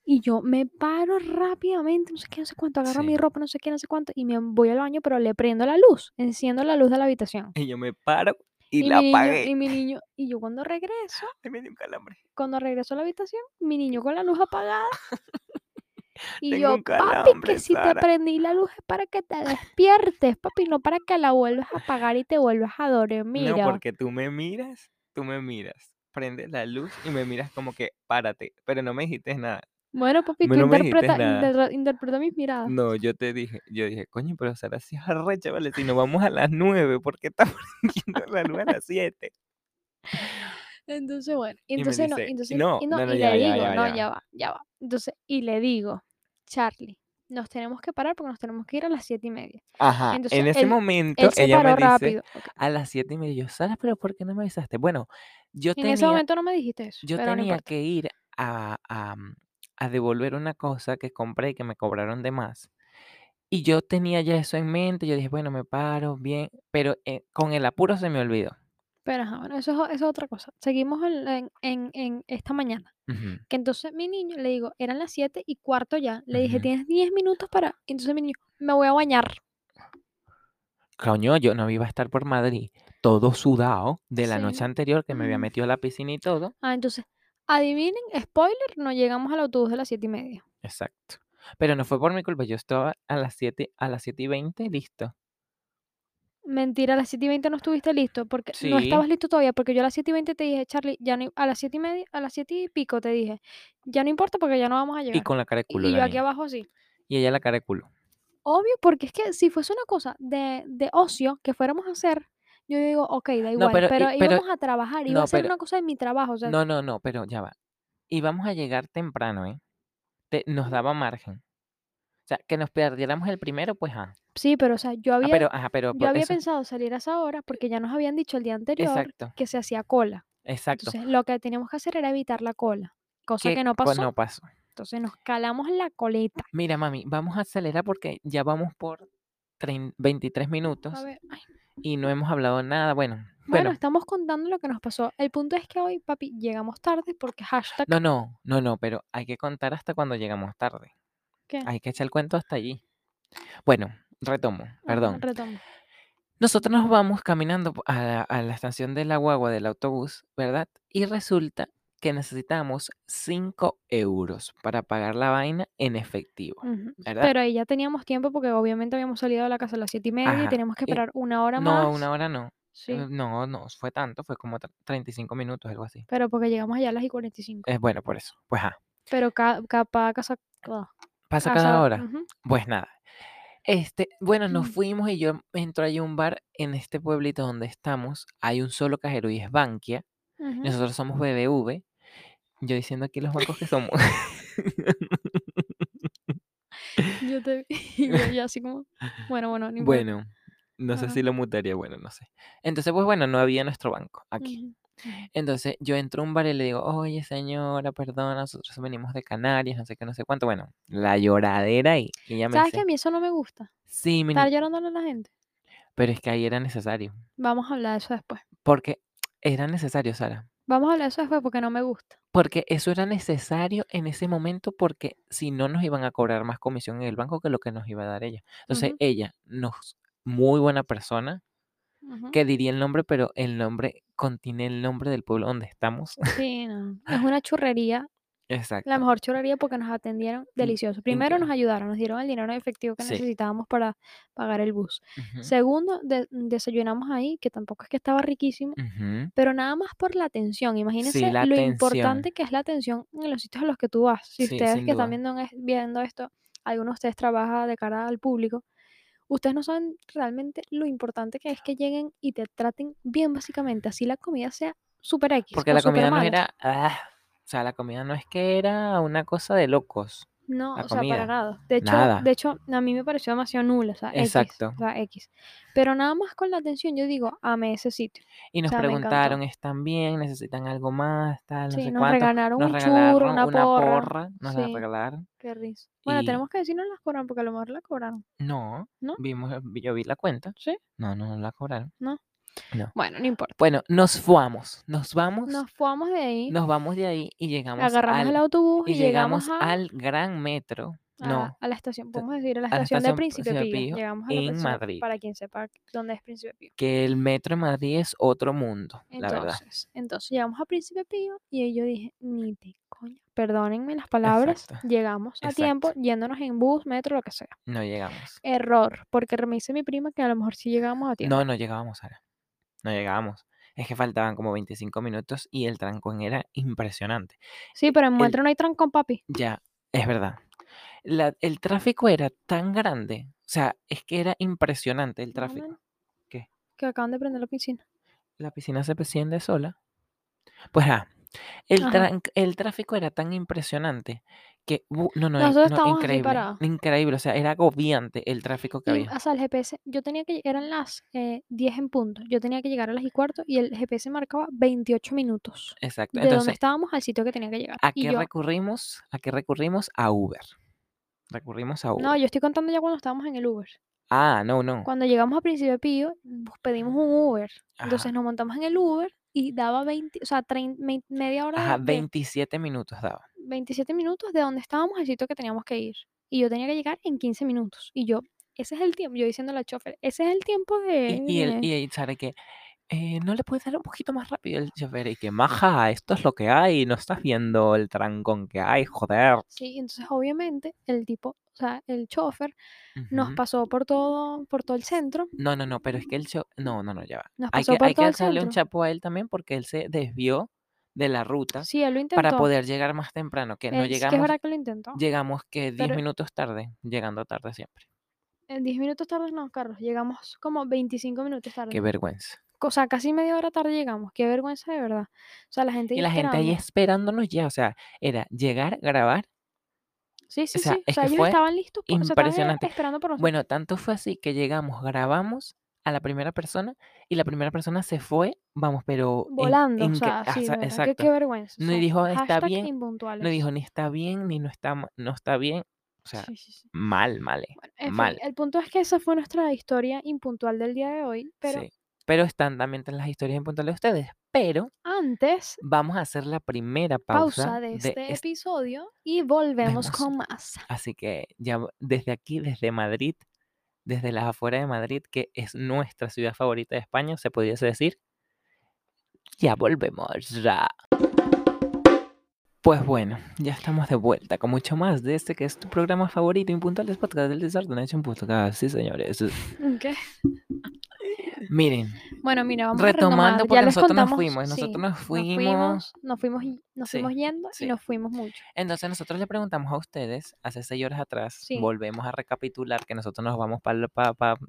S1: y yo me paro rápidamente, no sé qué, no sé cuánto, agarro mi
S2: Sí.
S1: ropa, no sé qué, no sé cuánto, y me voy al baño, pero le prendo la luz, enciendo la luz de la habitación.
S2: Y yo me paro y, la
S1: mi
S2: apagué.
S1: niño, y mi niño, y yo cuando regreso,
S2: Ay, me dio un calambre.
S1: cuando regreso a la habitación, mi niño con la luz apagada. Y
S2: Tengo
S1: yo,
S2: un
S1: papi,
S2: calambre,
S1: que si
S2: Sara".
S1: te prendí la luz es para que te despiertes, papi, no para que la vuelvas a apagar y te vuelvas a dormir.
S2: No, porque tú me miras, tú me miras. Prendes la luz y me miras como que párate. Pero no me dijiste nada.
S1: Bueno, papi, tú
S2: No me dijiste
S1: interpreta,
S2: nada.
S1: interpre- interpreta mis miradas.
S2: No, yo te dije, yo dije, coño, pero Sara sí es arrecha, vale, si nos vamos a las nueve, ¿por qué estamos prendiendo la luz a las siete?
S1: Entonces, bueno,
S2: me
S1: entonces no,
S2: dice,
S1: entonces,
S2: "No,
S1: y, no,
S2: no, no,
S1: y
S2: ya
S1: le
S2: va, ya va,
S1: digo,
S2: ya va,
S1: no,
S2: ya va".
S1: ya va, ya va. Entonces, y le digo, Charlie, nos tenemos que parar porque nos tenemos que ir a las siete y media.
S2: Ajá,
S1: Entonces,
S2: en ese
S1: él-
S2: momento
S1: Él se
S2: ella me
S1: paró
S2: dice,
S1: rápido. ok.
S2: a las siete y media, yo, Sara, pero ¿por qué no me avisaste? Bueno, yo
S1: En ese
S2: tenía,
S1: momento no me dijiste eso,
S2: yo
S1: pero no
S2: tenía
S1: importa.
S2: que ir a, a, mm, a devolver una cosa que compré y que me cobraron de más. Y yo tenía ya eso en mente, yo dije, bueno, me paro, bien, pero eh, con el apuro se me olvidó.
S1: Pero ajá, bueno, eso es, eso es otra cosa. Seguimos en- en- en- en esta mañana.
S2: Ujú.
S1: Que entonces mi niño, le digo, eran las 7 y cuarto ya. Le dije,
S2: Ujú.
S1: tienes 10 minutos para. Entonces mi niño, me voy a bañar.
S2: Coño, yo no iba a estar por Madrid todo sudado de la
S1: Sí,
S2: noche
S1: ¿no?
S2: anterior que me había
S1: Mm.
S2: metido a la piscina y todo.
S1: Ah, entonces, adivinen, spoiler, no llegamos al autobús de las 7 y media.
S2: Exacto. Pero no fue por mi culpa, yo estaba a las 7, a las siete y 20, listo.
S1: Mentira, a las 7 y 20 no estuviste listo, porque no
S2: Sí.
S1: estabas listo todavía, porque yo a las 7 y 20 te dije, Charlie, ya no, a las 7 y media, a las 7 y pico te dije, ya no importa porque ya no vamos a llegar.
S2: Y con la cara de
S1: Y-
S2: culo.
S1: y
S2: la
S1: yo aquí
S2: niña.
S1: abajo así.
S2: Y ella la cara de culo.
S1: Obvio, porque es que si fuese una cosa de, de ocio que fuéramos a hacer, yo digo, ok, da igual,
S2: pero-
S1: pero,
S2: y- pero-
S1: íbamos a trabajar, iba
S2: no,
S1: a ser
S2: pero-
S1: una cosa de mi trabajo, o sea,
S2: No, no, no, pero ya va. Y vamos a llegar temprano, ¿eh? Te- nos daba margen. O sea, que nos perdiéramos el primero, pues ah.
S1: Sí, pero o sea, yo
S2: Ah,
S1: había,
S2: pero, ajá, pero
S1: yo
S2: por
S1: había
S2: eso-
S1: pensado salir a esa hora porque ya nos habían dicho el día anterior
S2: Exacto,
S1: que se hacía cola.
S2: exacto.
S1: Entonces, lo que teníamos que hacer era evitar la cola, cosa que, no
S2: pues,
S1: pasó.
S2: no pasó.
S1: Entonces, nos calamos la coleta.
S2: Mira, mami, vamos a acelerar porque ya vamos por trein- 23 minutos.
S1: A ver, ay,
S2: y no hemos hablado nada. Bueno,
S1: Bueno,
S2: bueno,
S1: estamos contando lo que nos pasó. El punto es que hoy, papi, llegamos tarde porque hashtag
S2: no, no, no, no, pero hay que contar hasta cuando llegamos tarde.
S1: ¿Qué?
S2: Hay que echar el cuento hasta allí. Bueno, retomo,
S1: Ajá,
S2: perdón.
S1: retomo.
S2: Nosotros nos vamos caminando po- a la, a la estación de la guagua del autobús, ¿verdad? Y resulta que necesitamos 5 euros para pagar la vaina en efectivo,
S1: Ujú.
S2: ¿verdad?
S1: Mm, Pero ahí ya teníamos tiempo porque obviamente habíamos salido de la casa a las siete y media
S2: Ajá,
S1: y teníamos que
S2: y-
S1: esperar una hora
S2: no,
S1: más.
S2: una hora no.
S1: Sí,
S2: eh, No, no, fue tanto, fue como tre- 35 minutos, algo así.
S1: pero porque llegamos allá a las y 45.
S2: Es bueno, por eso. Pues, ajá.
S1: Pero ca capaz casa... ah,
S2: Pasa
S1: casa-
S2: cada hora.
S1: ujú.
S2: Pues nada. Este, bueno, nos
S1: Mm.
S2: fuimos y yo entro ahí a un bar en este pueblito donde estamos. Hay un solo cajero y es Bankia.
S1: Ujú.
S2: Nosotros somos BBV. Yo diciendo aquí los bancos que somos.
S1: Yo te vi, y yo, yo así como, bueno, bueno, ni importa.
S2: bueno, no sé
S1: Ajá.
S2: si lo mutaría, bueno, no sé. Entonces, pues bueno, no había nuestro banco aquí.
S1: Ujú.
S2: Entonces yo entro a un bar y le digo, oye señora, perdón, nosotros venimos de Canarias, no sé qué, no sé cuánto. Bueno, la lloradera ahí. Y ella me
S1: ¿Sabes
S2: dice,
S1: que a mí eso no me gusta?
S2: sí, mi
S1: Estar
S2: niña",
S1: llorándole a la gente.
S2: pero es que ahí era necesario.
S1: Vamos a hablar de eso después.
S2: Porque era necesario, Sara.
S1: Vamos a hablar de eso después porque no me gusta.
S2: Porque eso era necesario en ese momento porque si no nos iban a cobrar más comisión en el banco que lo que nos iba a dar ella. Entonces
S1: Ujú.
S2: ella, nos, muy buena persona,
S1: Ujú.
S2: que diría el nombre, pero el nombre contiene el nombre del pueblo donde estamos.
S1: Sí, no. Es una churrería,
S2: Exacto.
S1: la mejor churrería porque nos atendieron delicioso. Primero nos ayudaron, nos dieron el dinero en efectivo que
S2: Sí.
S1: necesitábamos para pagar el bus.
S2: Ujú,
S1: Segundo, de- desayunamos ahí, que tampoco es que estaba riquísimo,
S2: ujú.
S1: pero nada más por la atención. Imagínense
S2: la
S1: lo
S2: atención.
S1: importante que es la atención en los sitios a los que tú vas. Si
S2: Sí,
S1: ustedes
S2: sin
S1: que están
S2: duda.
S1: viendo, es- viendo esto, alguno de ustedes trabaja de cara al público, ustedes no saben realmente lo importante que es que lleguen y te traten bien básicamente, así la comida sea super X
S2: Porque
S1: o
S2: la
S1: super
S2: comida no
S1: mala.
S2: era. ah, o sea, la comida no es que era una cosa de locos.
S1: No,
S2: la
S1: o sea, para
S2: comida.
S1: nada. De hecho,
S2: Nada.
S1: de hecho, a mí me pareció demasiado nula, o sea,
S2: Exacto.
S1: X, o sea, X. Pero nada más con la atención, yo digo, amé ese sitio.
S2: Y nos
S1: sea, me encantó.
S2: preguntaron, ¿están bien? ¿Necesitan algo más? Tal, no
S1: Sí,
S2: sé
S1: nos
S2: cuánto.
S1: regalaron
S2: Nos
S1: un
S2: regalaron
S1: churro, una porra.
S2: nos la
S1: Sí.
S2: regalaron.
S1: Qué risa. Bueno,
S2: Y-
S1: tenemos que decir no las cobran porque a lo mejor la cobraron.
S2: No,
S1: ¿No?
S2: vimos, yo vi la cuenta.
S1: ¿Sí?
S2: No, no, no la cobraron.
S1: Bueno, no importa.
S2: Bueno, nos fuamos, nos vamos,
S1: Nos fuimos de ahí,
S2: nos vamos de ahí y llegamos
S1: agarramos
S2: al,
S1: el autobús y,
S2: y
S1: llegamos,
S2: llegamos
S1: a,
S2: al gran metro.
S1: a-
S2: No,
S1: a la estación,
S2: te-
S1: podemos decir, a la
S2: a la
S1: estación de
S2: estación
S1: Príncipe
S2: Príncipe
S1: Pío.
S2: Pío
S1: Llegamos a la
S2: en
S1: estación,
S2: Madrid.
S1: para quien sepa dónde es Príncipe Pío.
S2: que el metro en Madrid es otro mundo, la verdad.
S1: Entonces, entonces llegamos a Príncipe Pío y ahí yo dije, ni te coño, perdónenme las palabras,
S2: Exacto,
S1: llegamos a tiempo yéndonos en bus, metro, lo que sea.
S2: No llegamos.
S1: Error, porque me dice mi prima que a lo mejor sí llegamos a tiempo.
S2: No, no llegábamos, Sara. No llegábamos. Es que faltaban como 25 minutos y el trancón era impresionante.
S1: sí, pero en
S2: e el-
S1: Muestra no hay trancón, papi.
S2: Ya, es verdad. La- el tráfico era tan grande. O sea, es que era impresionante
S1: No,
S2: el
S1: no,
S2: tráfico.
S1: no.
S2: ¿Qué?
S1: Que acaban de prender la piscina.
S2: La piscina se desciende sola. Pues, ah, el,
S1: Ajá.
S2: tran- el tráfico era tan impresionante que, bu- no, no,
S1: Nosotros
S2: no,
S1: estábamos así
S2: increíble,
S1: parados.
S2: increíble, o sea, era agobiante el tráfico
S1: Y,
S2: que
S1: ah,
S2: había.
S1: o sea, el GPS, yo tenía que, eran las eh, 10 en punto, yo tenía que llegar a las y cuarto y el GPS marcaba 28 minutos.
S2: Exacto.
S1: De donde
S2: Entonces,
S1: estábamos al sitio que tenía que llegar.
S2: ¿a
S1: Y
S2: qué
S1: yo,
S2: recurrimos? ¿A qué recurrimos? A Uber. Recurrimos a Uber.
S1: no, yo estoy contando ya cuando estábamos en el Uber.
S2: Ah, no, no.
S1: Cuando llegamos a Príncipe Pío, pues, pedimos un Uber. Entonces
S2: Ajá.
S1: nos montamos en el Uber y daba 20, o sea, trein- mei- media hora
S2: Ajá,
S1: de, de
S2: 27 minutos daba.
S1: 27 minutos de donde estábamos al sitio que teníamos que ir. Y yo tenía que llegar en 15 minutos. Y yo, ese es el tiempo, yo diciendo al chofer, ese es el tiempo de...
S2: Y, y el,
S1: de-
S2: y el Sara que "Eh, no le puedes dar un poquito más rápido el chofer y que maja, esto es lo que hay, no estás viendo el trancón que hay, joder.
S1: Sí, entonces obviamente el tipo, o sea, el chofer nos
S2: Ujú.
S1: pasó por todo, por todo el centro.
S2: No, no, no, pero es que el cho- No, no, no, ya va.
S1: Nos
S2: Hay
S1: pasó
S2: que,
S1: por
S2: hay que
S1: todo el
S2: hacerle un
S1: centro.
S2: chapo a él también porque él se desvió de la ruta
S1: Sí, él lo
S2: para
S1: intentó.
S2: poder llegar más temprano, que no
S1: Él sí que es
S2: llegamos,
S1: verdad que lo intentó.
S2: llegamos que 10
S1: Pero-
S2: minutos tarde, llegando tarde siempre.
S1: En 10 minutos tarde no, Carlos. Llegamos como 25 minutos tarde.
S2: Qué vergüenza.
S1: O sea, casi media hora tarde llegamos. Qué vergüenza de verdad. O sea, la gente ahí
S2: Y la gente ahí
S1: esperando.
S2: esperándonos ya, o sea, era llegar, grabar,
S1: Sí, sí,
S2: sea,
S1: sí. O
S2: es
S1: sea,
S2: que
S1: ellos
S2: fue
S1: estaban listos. po- O sea, estaban era-
S2: impresionante.
S1: esperando por nosotros.
S2: Bueno, tanto fue así que llegamos, grabamos a la primera persona y la primera persona se fue, vamos, pero en,
S1: volando. O
S2: en que,
S1: sea, sí,
S2: hasta-
S1: de verdad. Que,
S2: exacto.
S1: qué vergüenza. O
S2: No
S1: sea,
S2: dijo está
S1: hashtag
S2: bien,
S1: impuntuales.
S2: no dijo ni está bien ni no está ma- no está bien, o sea,
S1: Sí, sí, sí.
S2: mal, mal, eh,
S1: Bueno, en fin,
S2: mal.
S1: el punto es que esa fue nuestra historia impuntual del día de hoy. Pero
S2: Sí. Pero están también en las historias en puntuales de ustedes, pero
S1: antes,
S2: vamos a hacer la primera pausa
S1: pausa de
S2: de
S1: este
S2: este
S1: episodio y volvemos
S2: Vemos.
S1: con más.
S2: Así que ya va- desde aquí, desde Madrid, desde las afueras de Madrid, que es nuestra ciudad favorita de España, se pudiese decir, ya volvemos. ya. Pues bueno, ya estamos de vuelta con mucho más de este que es tu programa favorito, Impuntuales Podcast del Desorden Hecho en Podcast. Sí, señores.
S1: Ok.
S2: Miren,
S1: Bueno, mira, vamos
S2: retomando,
S1: a retomar. Ya
S2: porque
S1: les
S2: nosotros nos
S1: contamos,
S2: fuimos, nosotros
S1: sí,
S2: nos
S1: nos
S2: fuimos.
S1: fuimos, nos fuimos, y- nos
S2: Sí,
S1: fuimos yendo
S2: sí.
S1: y nos fuimos mucho.
S2: Entonces nosotros le preguntamos a ustedes, hace seis horas atrás,
S1: Sí.
S2: volvemos a recapitular que nosotros nos vamos para,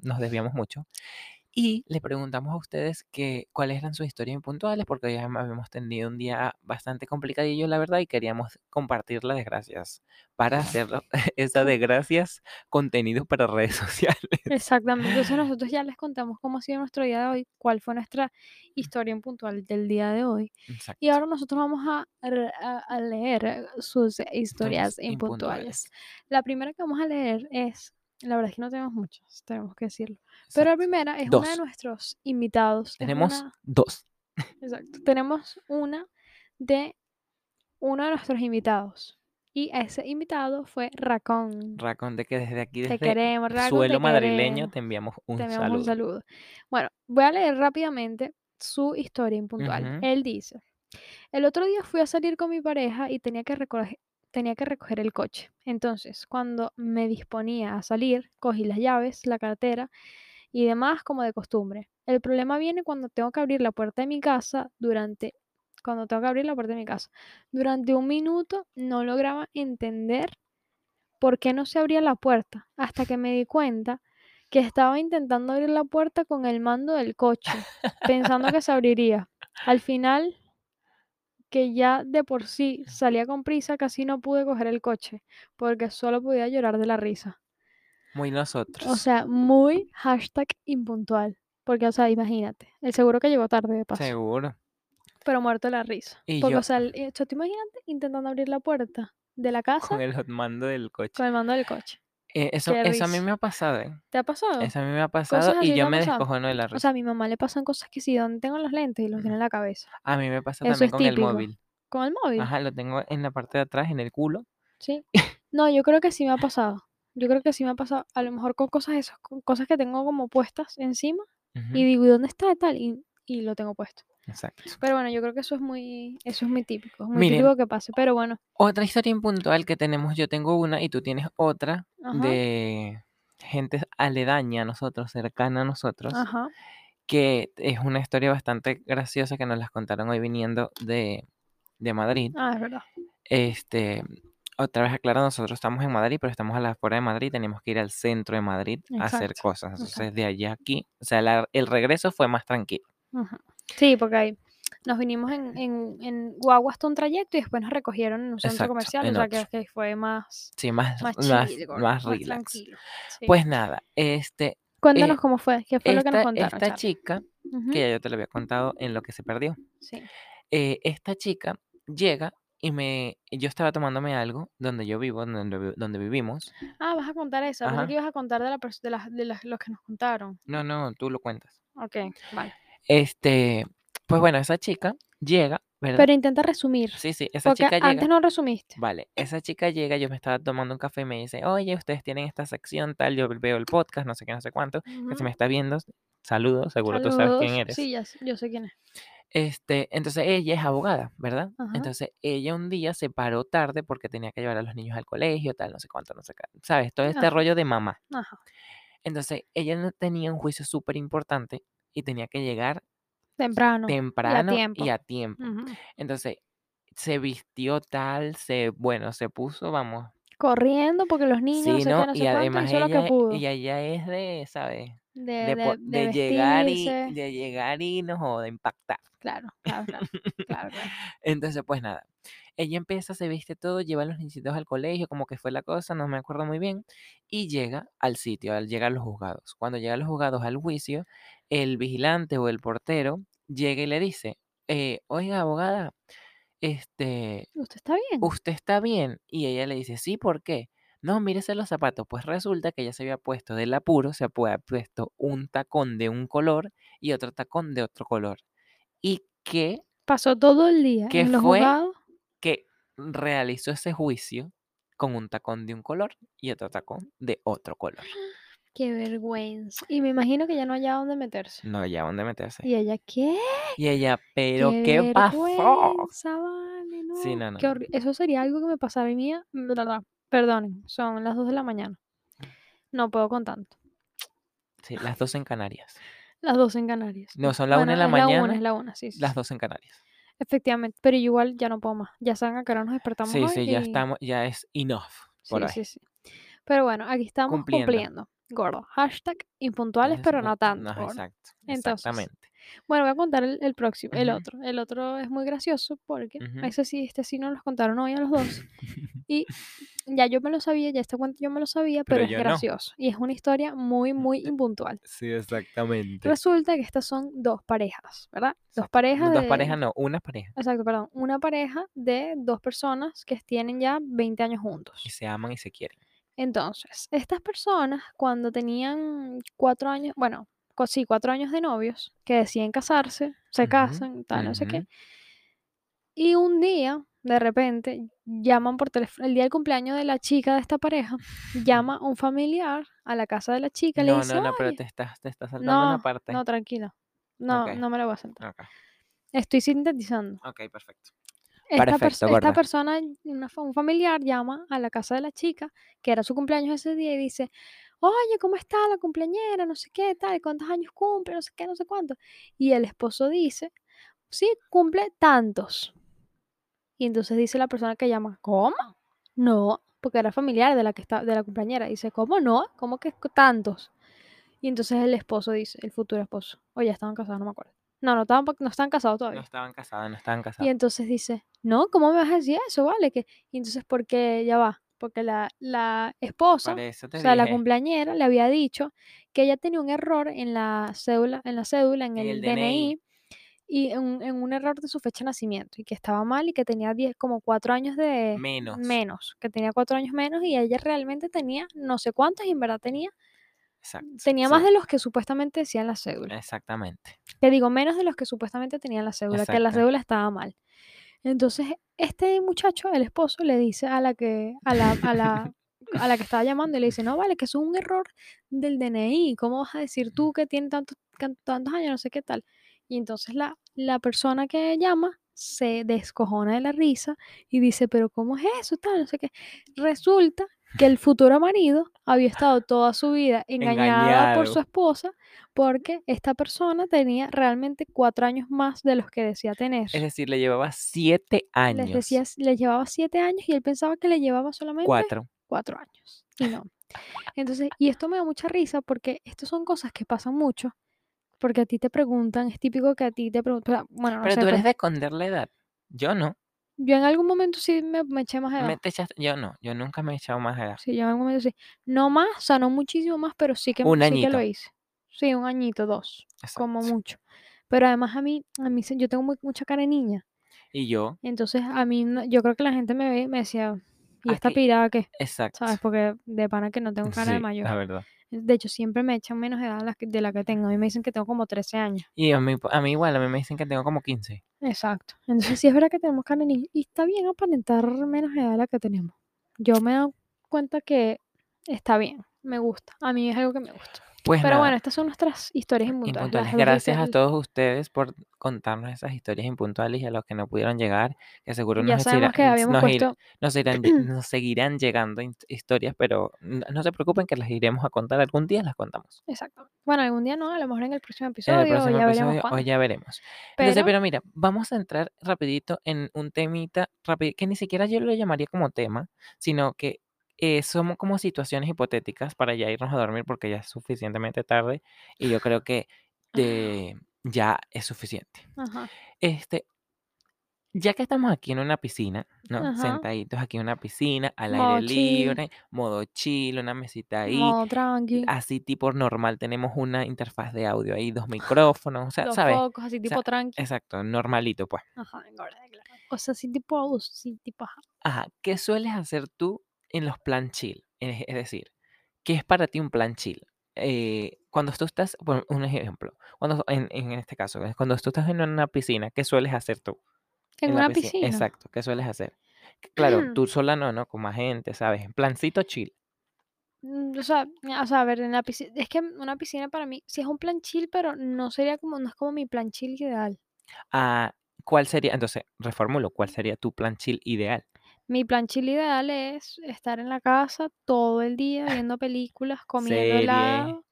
S2: nos desviamos mucho. Y le preguntamos a ustedes que, cuáles eran sus historias impuntuales, porque hoy además habíamos tenido un día bastante complicadillo, la verdad, y queríamos compartir las desgracias para hacer esas desgracias contenido para redes sociales.
S1: Exactamente. Entonces nosotros ya les contamos cómo ha sido nuestro día de hoy, cuál fue nuestra historia puntual del día de hoy.
S2: Exacto.
S1: Y ahora nosotros vamos a, re- a- a leer sus
S2: Pues,
S1: historias impuntuales. La primera que vamos a leer es, la verdad es que no tenemos muchas, tenemos que decirlo. Pero la
S2: Exacto.
S1: primera es una de
S2: Dos.
S1: nuestros invitados. es
S2: Tenemos
S1: una-
S2: dos.
S1: Exacto. Tenemos una de uno de nuestros invitados. Y ese invitado fue Racón.
S2: Racón, de que desde aquí,
S1: Te
S2: desde
S1: queremos, Racón.
S2: suelo
S1: te
S2: madrileño,
S1: queremos.
S2: te enviamos un
S1: Te enviamos
S2: saludo.
S1: un saludo. Bueno, voy a leer rápidamente su historia impuntual.
S2: Ujú.
S1: Él dice, el otro día fui a salir con mi pareja y tenía que recoger tenía que recoger el coche. Entonces, cuando me disponía a salir, cogí las llaves, la cartera y demás como de costumbre. El problema viene cuando tengo que abrir la puerta de mi casa durante cuando tengo que abrir la puerta de mi casa. Durante un minuto no lograba entender por qué no se abría la puerta hasta que me di cuenta que estaba intentando abrir la puerta con el mando del coche, pensando que se abriría. Al final, que ya de por sí salía con prisa, casi no pude coger el coche, porque solo podía llorar de la risa.
S2: Muy nosotros.
S1: O sea, muy hashtag impuntual. Porque, o sea, imagínate, el seguro que llegó tarde de paso,
S2: Seguro.
S1: pero muerto de la risa.
S2: Y
S1: Porque,
S2: yo-
S1: o sea, el- eh, tú imagínate intentando abrir la puerta de la casa
S2: Con el mando del coche.
S1: con el mando del coche.
S2: Eh, eso,
S1: Qué
S2: eso a mí
S1: risa.
S2: me ha pasado, ¿eh?
S1: ¿Te ha pasado?
S2: Eso a mí me ha pasado
S1: así
S2: y
S1: te
S2: yo
S1: ha
S2: me
S1: pasado.
S2: descojono de la risa.
S1: O sea, a mi mamá le pasan cosas que sí, donde tengo los lentes y los tiene en la cabeza.
S2: a mí me pasa
S1: eso
S2: también
S1: es
S2: con
S1: típico.
S2: el móvil.
S1: Con el móvil,
S2: Ajá, lo tengo en la parte de atrás, en el culo.
S1: ¿sí? No, yo creo que sí me ha pasado. Yo creo que sí me ha pasado. A lo mejor con cosas esas, con cosas que tengo como puestas encima
S2: Ujú,
S1: y digo, ¿y dónde está tal? Y, y lo tengo puesto.
S2: Exacto.
S1: Pero bueno, yo creo que eso es muy, eso es muy típico. Es muy
S2: Miren.
S1: típico que pase. Pero bueno,
S2: Otra historia impuntual que tenemos, yo tengo una y tú tienes otra
S1: Ajá.
S2: de gente aledaña a nosotros, cercana a nosotros,
S1: ajá.
S2: que es una historia bastante graciosa que nos las contaron hoy viniendo de, de Madrid.
S1: Ah, es verdad.
S2: Este, otra vez aclaro, nosotros estamos en Madrid, pero estamos a las afueras de Madrid, tenemos que ir al centro de Madrid a hacer
S1: Exacto,
S2: cosas. Entonces,
S1: exacto.
S2: de allá a aquí, o sea, la- el regreso fue más tranquilo.
S1: Ajá. Sí, porque ahí nos vinimos en, en, en Guagua hasta un trayecto y después nos recogieron en un centro
S2: Exacto,
S1: comercial. O
S2: en
S1: sea, que,
S2: otro.
S1: que fue más,
S2: Sí, más,
S1: más
S2: más,
S1: chill, gordo, más
S2: más relax.
S1: tranquilo. sí.
S2: Pues nada, este,
S1: Cuéntanos
S2: eh,
S1: cómo fue, qué fue lo que nos
S2: esta,
S1: contaron.
S2: esta
S1: Charlie.
S2: chica,
S1: Ujú,
S2: que ya yo te lo había contado en lo que se perdió,
S1: sí.
S2: eh, esta chica llega y me, yo estaba tomándome algo donde yo vivo, donde, vi- donde vivimos.
S1: Ah, vas a contar esa. Pensé
S2: Ajá.
S1: que ibas a contar de, la pers- de, las, de las, los que nos contaron.
S2: No, no, tú lo cuentas.
S1: Ok, vale.
S2: Este, pues bueno, esa chica llega, ¿verdad?
S1: Pero intenta resumir.
S2: Sí, sí, esa
S1: Porque
S2: chica llega.
S1: antes no resumiste.
S2: Vale, esa chica llega, yo me estaba tomando un café y me dice, oye, ustedes tienen esta sección, tal, yo veo el podcast, no sé qué, no sé cuánto, que
S1: Ujú.
S2: si me está viendo, saludos, seguro tú sabes quién
S1: Saludos.
S2: eres.
S1: Sí, ya, sé- yo sé quién es.
S2: Este, entonces ella es abogada, ¿verdad?
S1: Ajá.
S2: Entonces ella un día se paró tarde porque tenía que llevar a los niños al colegio, tal, no sé cuánto, no sé qué, ¿sabes? Todo este
S1: Ajá.
S2: rollo de mamá.
S1: Ajá.
S2: Entonces ella no tenía un juicio súper importante y tenía que llegar
S1: Temprano.
S2: temprano
S1: tiempo.
S2: Y a tiempo.
S1: Ujú.
S2: Entonces se vistió tal, se, bueno, se puso, vamos,
S1: Corriendo porque los niños, no
S2: Sí,
S1: sé
S2: ¿no?
S1: qué, no
S2: y
S1: sé cuánto,
S2: además
S1: hizo lo
S2: ella,
S1: que pudo.
S2: y ella es de, ¿sabes?
S1: de,
S2: De, po-
S1: de, de
S2: de llegar y
S1: vestirse.
S2: de llegar y no joda, impactar.
S1: Claro, claro, claro. claro, claro.
S2: Entonces, pues nada. Ella empieza, se viste todo, lleva a los niñitos al colegio, como que fue la cosa, no me acuerdo muy bien, y llega al sitio, al llegar a los juzgados. Cuando llegan los juzgados al juicio, el vigilante o el portero llega y le dice, eh, oiga, abogada, este,
S1: Usted está bien.
S2: ¿usted está bien? Y ella le dice, sí, ¿por qué? No, mírese los zapatos. Pues resulta que ella se había puesto del apuro, se había puesto un tacón de un color y otro tacón de otro color. Y que,
S1: Pasó todo el día
S2: ¿Qué
S1: en los
S2: fue?
S1: juzgados.
S2: que realizó ese juicio con un tacón de un color y otro tacón de otro color.
S1: Qué vergüenza. Y me imagino que ya no haya dónde meterse.
S2: No ya dónde meterse.
S1: Y ella, ¿qué?
S2: Y ella, ¿pero
S1: ¡Qué
S2: qué pasó?
S1: vergüenza, vale, no.
S2: Sí, no, no,
S1: Qué
S2: no.
S1: horri- Eso sería algo que me pasara a mí. Perdonen, son las 2 de la mañana. No puedo con tanto.
S2: Sí, las dos en Canarias.
S1: Las 2 en Canarias.
S2: No, son la
S1: Bueno,
S2: una de la
S1: es
S2: mañana.
S1: La una, es la una, sí, sí,
S2: Las
S1: sí.
S2: dos en Canarias.
S1: Efectivamente, pero igual ya no puedo más. Ya saben a qué hora nos despertamos
S2: Sí,
S1: hoy.
S2: sí, ya
S1: y-
S2: estamos, ya es enough. Por
S1: Sí,
S2: ahí.
S1: sí, sí. Pero bueno, aquí estamos
S2: Cumpliendo.
S1: cumpliendo. gordo. Hashtag impuntuales, pero no tanto.
S2: No,
S1: gordo.
S2: exacto.
S1: Entonces,
S2: exactamente.
S1: Bueno, voy a contar el, el próximo, el
S2: Ujú.
S1: otro. El otro es muy gracioso porque
S2: Ujú.
S1: ese sí, este sí nos los contaron hoy a los dos. Y ya yo me lo sabía, ya este cuento yo me lo sabía,
S2: Pero
S1: pero,
S2: yo
S1: es
S2: no.
S1: gracioso. Y es una historia muy, muy impuntual.
S2: Sí, exactamente.
S1: Resulta que estas son dos parejas, ¿verdad? Dos
S2: Exacto.
S1: parejas.
S2: Dos
S1: de-
S2: parejas, no, una pareja.
S1: Exacto, perdón. Una pareja de dos personas que tienen ya 20 años juntos.
S2: Y se aman y se quieren.
S1: Entonces, estas personas cuando tenían cuatro años, bueno, cu- sí, cuatro años de novios, que deciden casarse, se
S2: Ujú,
S1: casan, tal, no sé qué.
S2: ujú.
S1: Y un día, de repente, llaman por teléfono, el día del cumpleaños de la chica de esta pareja, llama un familiar a la casa de la chica, y le
S2: No,
S1: dice,
S2: no, no, pero
S1: "Oye,
S2: te estás, te estás saltando
S1: no,
S2: una parte.
S1: no, tranquila, no,
S2: Ok. Ah.
S1: no me la voy a saltar.
S2: Ok,
S1: Estoy sintetizando.
S2: ok, perfecto.
S1: Esta, pers-
S2: Perfecto,
S1: esta
S2: gorda.
S1: persona, una fa- un familiar, llama a la casa de la chica, que era su cumpleaños ese día, y dice, oye, ¿cómo está la cumpleañera? No sé qué, tal, cuántos años cumple, no sé qué, no sé cuánto. Y el esposo dice, sí, cumple tantos. Y entonces dice la persona que llama, ¿cómo? No, porque era familiar de la, que está, de la cumpleañera. Dice, ¿cómo no? ¿Cómo que c- tantos? Y entonces el esposo dice, el futuro esposo, o ya estaban casados, no me acuerdo. No, no estaban, pa- no están casados todavía.
S2: No estaban casados, no estaban
S1: Y
S2: casados.
S1: entonces dice, no, ¿cómo me vas a decir eso? Vale, que y entonces porque ya va, porque la, la esposa,
S2: Por eso te
S1: o sea, la
S2: dije,
S1: cumpleañera le había dicho que ella tenía un error en la cédula, en la cédula, en
S2: En
S1: el,
S2: el
S1: DNI,
S2: DNI.
S1: y en, un- en un error de su fecha de nacimiento, y que estaba mal y que tenía 10, como cuatro años de
S2: menos.
S1: menos, que tenía cuatro años menos, y ella realmente tenía no sé cuántos, y en verdad tenía,
S2: Exacto.
S1: tenía más
S2: sí,
S1: de los que supuestamente decía en la cédula.
S2: Exactamente.
S1: Te digo, menos de los que supuestamente tenían la cédula, que la
S2: Exacto.
S1: cédula estaba mal. Entonces, este muchacho, el esposo, le dice a la que, a la, a la, a la que estaba llamando y le dice, no, vale, que eso es un error del DNI. ¿Cómo vas a decir tú que tiene tantos, can- tantos años, no sé qué tal? Y entonces la, la persona que llama se descojona de la risa y dice, pero ¿cómo es eso? Tal, no sé qué. Resulta que el futuro marido había estado toda su vida engañado por su
S2: Engañado.
S1: esposa porque esta persona tenía realmente cuatro años más de los que decía tener.
S2: Es decir, le llevaba siete años.
S1: Les decía, les llevaba siete años y él pensaba que le llevaba solamente
S2: cuatro.
S1: cuatro años. Y no. Entonces, y esto me da mucha risa porque estas son cosas que pasan mucho. Porque a ti te preguntan, es típico que a ti te preguntan, bueno, no
S2: Pero
S1: sé,
S2: tú
S1: pues,
S2: eres de esconder la edad. Yo no.
S1: yo en algún momento sí me, me eché más edad.
S2: Me te echaste- yo no. Yo nunca me he echado más edad.
S1: Sí, yo en algún momento sí. No más, o sea, no muchísimo más, pero sí que,
S2: Un
S1: sí que lo
S2: añito.
S1: hice. Sí, un añito, dos, como
S2: Exacto.
S1: mucho. Pero además a mí, a mí, se- yo tengo muy- mucha cara de niña.
S2: Y yo,
S1: Entonces, a mí, no- yo creo que la gente me ve y me decía, ¿y esta
S2: Aquí-
S1: pirada qué?
S2: exacto.
S1: ¿Sabes? Porque de pana que no tengo cara de
S2: Sí,
S1: mayor.
S2: la verdad.
S1: De hecho, siempre me echan menos edad de la que, de la que tengo. A mí me dicen que tengo como 13 años.
S2: Y a mí, a mí igual, a mí me dicen que tengo como 15.
S1: Exacto. Entonces, sí es verdad que tenemos cara de niño. Y está bien aparentar menos edad de la que tenemos. Yo me he dado cuenta que está bien. Me gusta. A mí es algo que me gusta.
S2: Pues
S1: Pero
S2: nada,
S1: bueno, estas son nuestras historias impuntuales.
S2: impuntuales.
S1: las dos
S2: Gracias a
S1: histo-
S2: todos ustedes por contarnos esas historias impuntuales y a los que no pudieron llegar, que seguro
S1: Ya
S2: nos,
S1: sabemos
S2: seguirá-
S1: que habíamos
S2: nos, ir-
S1: puesto.
S2: nos irán lle- nos seguirán llegando in- historias, pero n- no se preocupen que las iremos a contar algún día, las contamos.
S1: Exacto. Bueno, algún día no, a lo mejor en el próximo
S2: En
S1: episodio,
S2: el próximo
S1: ya veremos
S2: episodio, o
S1: cuándo.
S2: ya veremos. Entonces,
S1: Pero
S2: pero mira, vamos a entrar rapidito en un temita rapi- que ni siquiera yo lo llamaría como tema, sino que eh, somos como situaciones hipotéticas para ya irnos a dormir porque ya es suficientemente tarde y yo creo que eh, ya es suficiente.
S1: Ajá,
S2: Este, ya que estamos aquí en una piscina, ¿no?
S1: ajá.
S2: Sentaditos aquí en una piscina, al
S1: Modo
S2: aire
S1: chill,
S2: libre, modo chill, una mesita ahí,
S1: modo tranqui,
S2: así tipo normal, tenemos una interfaz de audio ahí, dos micrófonos, o sea,
S1: dos
S2: ¿sabes?
S1: focos, así
S2: O sea,
S1: tipo tranqui.
S2: exacto, normalito, pues.
S1: Ajá, engorda, claro. O sea, así tipo, uh, sí, tipo, ajá.
S2: Ajá, ¿qué sueles hacer tú en los plan chill? Es es decir, ¿qué es para ti un plan chill? Eh, cuando tú estás, por un ejemplo, cuando en, en este caso, es cuando tú estás en una piscina, ¿qué sueles hacer tú?
S1: En
S2: En la
S1: una
S2: piscina,
S1: piscina.
S2: exacto, ¿qué sueles hacer? Que Claro, tú sola no, ¿no? Con más gente, ¿sabes? En plancito chill.
S1: Mm, O sea, o sea, a ver, en la piscina. Es que una piscina para mí, sí es un plan chill, pero no sería como, no es como mi plan chill ideal.
S2: Ah, ¿cuál sería, entonces, reformulo, ¿cuál sería tu plan chill ideal?
S1: Mi plan chill ideal es estar en la casa todo el día viendo películas, comiendo
S2: Serie,
S1: helado,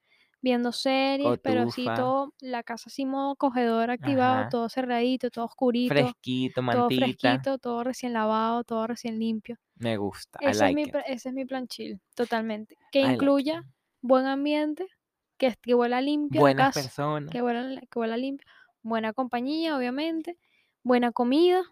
S1: viendo series, pero sí
S2: cotufa,
S1: todo, la casa así modo cogedor activado,
S2: ajá,
S1: todo cerradito, todo oscurito,
S2: fresquito,
S1: todo
S2: mantita,
S1: fresquito, todo recién lavado, todo recién limpio.
S2: me gusta, I
S1: Ese es mi,
S2: like it,
S1: pla- ese es mi plan chill, totalmente. Que
S2: I like it.
S1: incluya buen ambiente, que, es- que huela limpio. la
S2: Buenas
S1: casa,
S2: personas.
S1: que huela, que huela limpio. Buena compañía, obviamente. Buena comida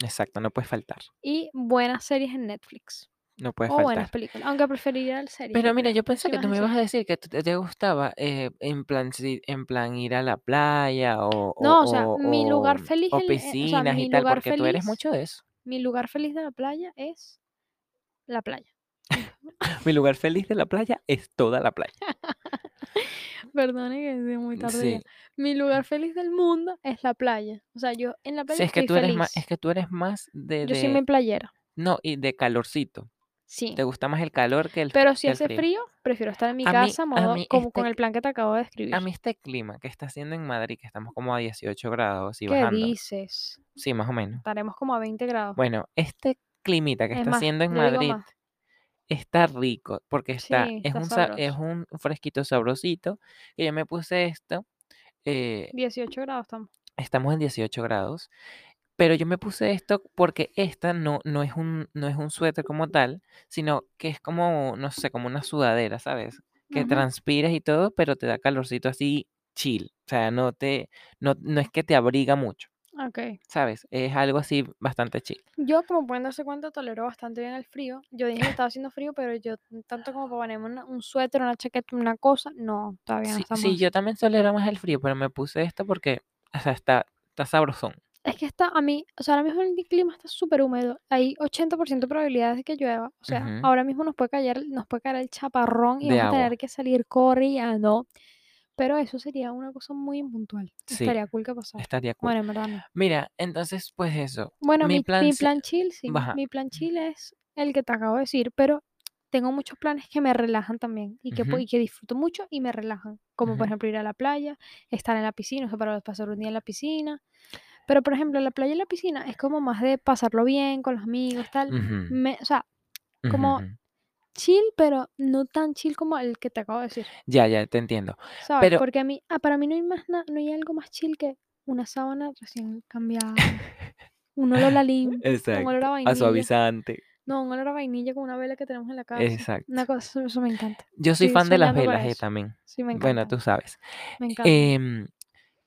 S2: Exacto, no puedes faltar.
S1: y buenas series en Netflix.
S2: No puedes
S1: o buenas
S2: faltar.
S1: películas. Aunque preferiría el series.
S2: Pero mira, yo pensé
S1: ¿Qué
S2: que
S1: vas
S2: tú
S1: a
S2: me
S1: decir?
S2: ibas a decir que tú- te, te gustaba eh, en, plan, si- en plan ir a la playa o, o-
S1: No, o sea,
S2: o-
S1: mi lugar
S2: o-
S1: feliz
S2: o
S1: en- eh, o sea,
S2: piscinas
S1: mi
S2: y tal,
S1: lugar
S2: porque tú eres
S1: feliz-
S2: mucho de eso.
S1: Mi lugar feliz de la playa es la playa.
S2: Mi lugar feliz de la playa es toda la playa.
S1: Perdone que es muy tarde. ya.
S2: Mm, Sí,
S1: Mi lugar feliz del mundo es la playa. O sea, yo en la playa
S2: sí, es que
S1: estoy
S2: tú eres
S1: feliz.
S2: más, es que tú eres más de,
S1: Yo soy
S2: de-
S1: mi playera.
S2: no y de calorcito.
S1: Sí.
S2: Te gusta más el calor que el
S1: Pero si
S2: que el
S1: hace frío, prefiero estar en mi
S2: A mí-
S1: casa
S2: a
S1: modo-
S2: mí
S1: como con
S2: este-
S1: el plan que te acabo de describir.
S2: A mí este clima que está haciendo en Madrid, que estamos como a 18 grados y
S1: ¿Qué
S2: bajando.
S1: dices?
S2: Sí, más o menos.
S1: Estaremos como a 20 grados.
S2: Bueno, este climita que
S1: Es
S2: está
S1: más,
S2: haciendo en
S1: yo digo
S2: Madrid
S1: más.
S2: está rico porque está,
S1: Sí,
S2: es,
S1: está
S2: un, sa- es
S1: sabroso.
S2: un fresquito sabrosito. Que yo me puse esto. eh,
S1: 18 grados estamos.
S2: estamos en 18 grados. Pero yo me puse esto porque esta no, no, es un, no es un suéter como tal, sino que es como, no sé, como una sudadera, ¿sabes? Que
S1: Ujú.
S2: transpiras y todo, pero te da calorcito así chill. O sea, no, te, no, no es que te abriga mucho,
S1: Ok.
S2: ¿sabes? Es algo así bastante chill.
S1: Yo, como pueden darse cuenta, tolero bastante bien el frío. Yo dije que estaba haciendo frío, pero yo, mm, tanto como para ponerme una- un suéter, una chaqueta, una cosa, no, todavía no
S2: Sí,
S1: estamos.
S2: sí, yo también tolero más el frío, pero me puse esto porque, o sea, está, está sabrosón.
S1: Es que está a mí, o sea, ahora mismo el clima está súper húmedo. Hay 80% de probabilidades de que llueva. O sea,
S2: Ujú.
S1: ahora mismo nos puede caer, nos puede caer el chaparrón y
S2: De
S1: vamos a
S2: agua.
S1: tener que salir corriendo. Pero eso sería una cosa muy impuntual.
S2: Sí.
S1: Estaría cool que pasara.
S2: Estaría cool.
S1: Bueno, en verdad no.
S2: Mira, entonces, pues eso.
S1: Bueno, mi,
S2: Mi
S1: mi
S2: plan,
S1: plan,
S2: se-
S1: chill, sí.
S2: Baja.
S1: Mi plan chill es el que te acabo de decir, pero tengo muchos planes que me relajan también y que, pu-
S2: Ujú.
S1: y que disfruto mucho y me relajan. Como por
S2: Ujú.
S1: ejemplo ir a la playa, estar en la piscina, o sea, para pasar un día en la piscina. Pero por ejemplo, la playa y la piscina es como más de pasarlo bien con los amigos,
S2: Mm.
S1: tal.
S2: Ujú,
S1: Me- o sea,
S2: ujú,
S1: como-
S2: ujú.
S1: chill, pero no tan chill como el que te acabo de decir.
S2: Ya, ya, te entiendo.
S1: ¿Sabes?
S2: Pero-
S1: Porque a mí, ah, para mí no hay más na- no hay algo más chill que una sábana recién cambiada, un olor a lim, un olor a
S2: A
S1: vainilla.
S2: suavizante.
S1: No, un olor a vainilla con una vela que tenemos en la casa.
S2: Exacto.
S1: Una cosa, eso, eso me encanta.
S2: Yo soy
S1: estoy
S2: fan de las
S1: soñando con
S2: velas eh,
S1: eso.
S2: también.
S1: Sí, me encanta.
S2: Bueno, tú sabes.
S1: Me encanta.
S2: Em,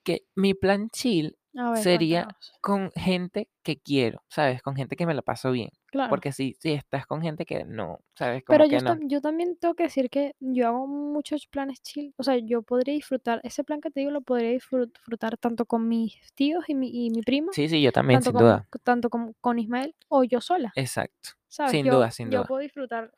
S2: que mi plan chill
S1: a ver,
S2: sería
S1: cuéntanos.
S2: con gente que quiero, ¿sabes? Con gente que me la paso bien.
S1: Claro.
S2: Porque si, si estás con gente que no, ¿sabes? Como
S1: Pero yo,
S2: que no.
S1: estam- yo también tengo que decir que yo hago muchos planes chill. O sea, yo podría disfrutar, ese plan que te digo lo podría disfrut- disfrutar tanto con mis tíos y mi, y mi prima,
S2: Sí, sí, yo también,
S1: tanto,
S2: sin
S1: con,
S2: duda.
S1: tanto con, con Ismael o yo sola.
S2: Exacto.
S1: ¿Sabes?
S2: Sin
S1: yo,
S2: duda, sin
S1: yo
S2: duda.
S1: puedo disfrutar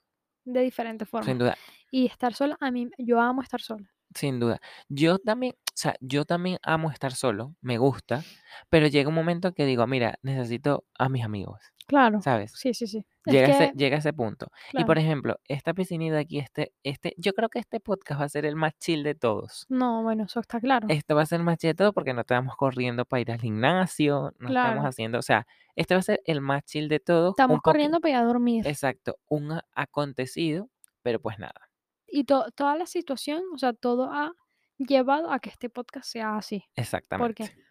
S1: de diferentes
S2: Sin
S1: formas.
S2: duda,
S1: Y estar sola, a mí, yo amo estar sola.
S2: sin duda. Yo también, o sea, yo también amo estar solo, me gusta, pero llega un momento que digo, mira, necesito a mis amigos,
S1: Claro.
S2: ¿sabes?
S1: Sí, sí, sí. Es
S2: Llega,
S1: que,
S2: ese, llega ese punto. Y por
S1: claro.
S2: ejemplo, esta piscinita aquí, este, este, yo creo que este podcast va a ser el más chill de todos.
S1: No, bueno, eso está claro.
S2: Esto va a ser el más chill de todos porque no estamos corriendo para ir al gimnasio, no estamos
S1: Claro.
S2: haciendo, o sea, este va a ser el más chill de todos.
S1: Estamos
S2: un poqui-
S1: corriendo para ir a dormir.
S2: Exacto, un a- acontecido, pero pues nada.
S1: Y to- toda la situación, o sea, todo ha llevado a que este podcast sea así.
S2: Exactamente.
S1: Porque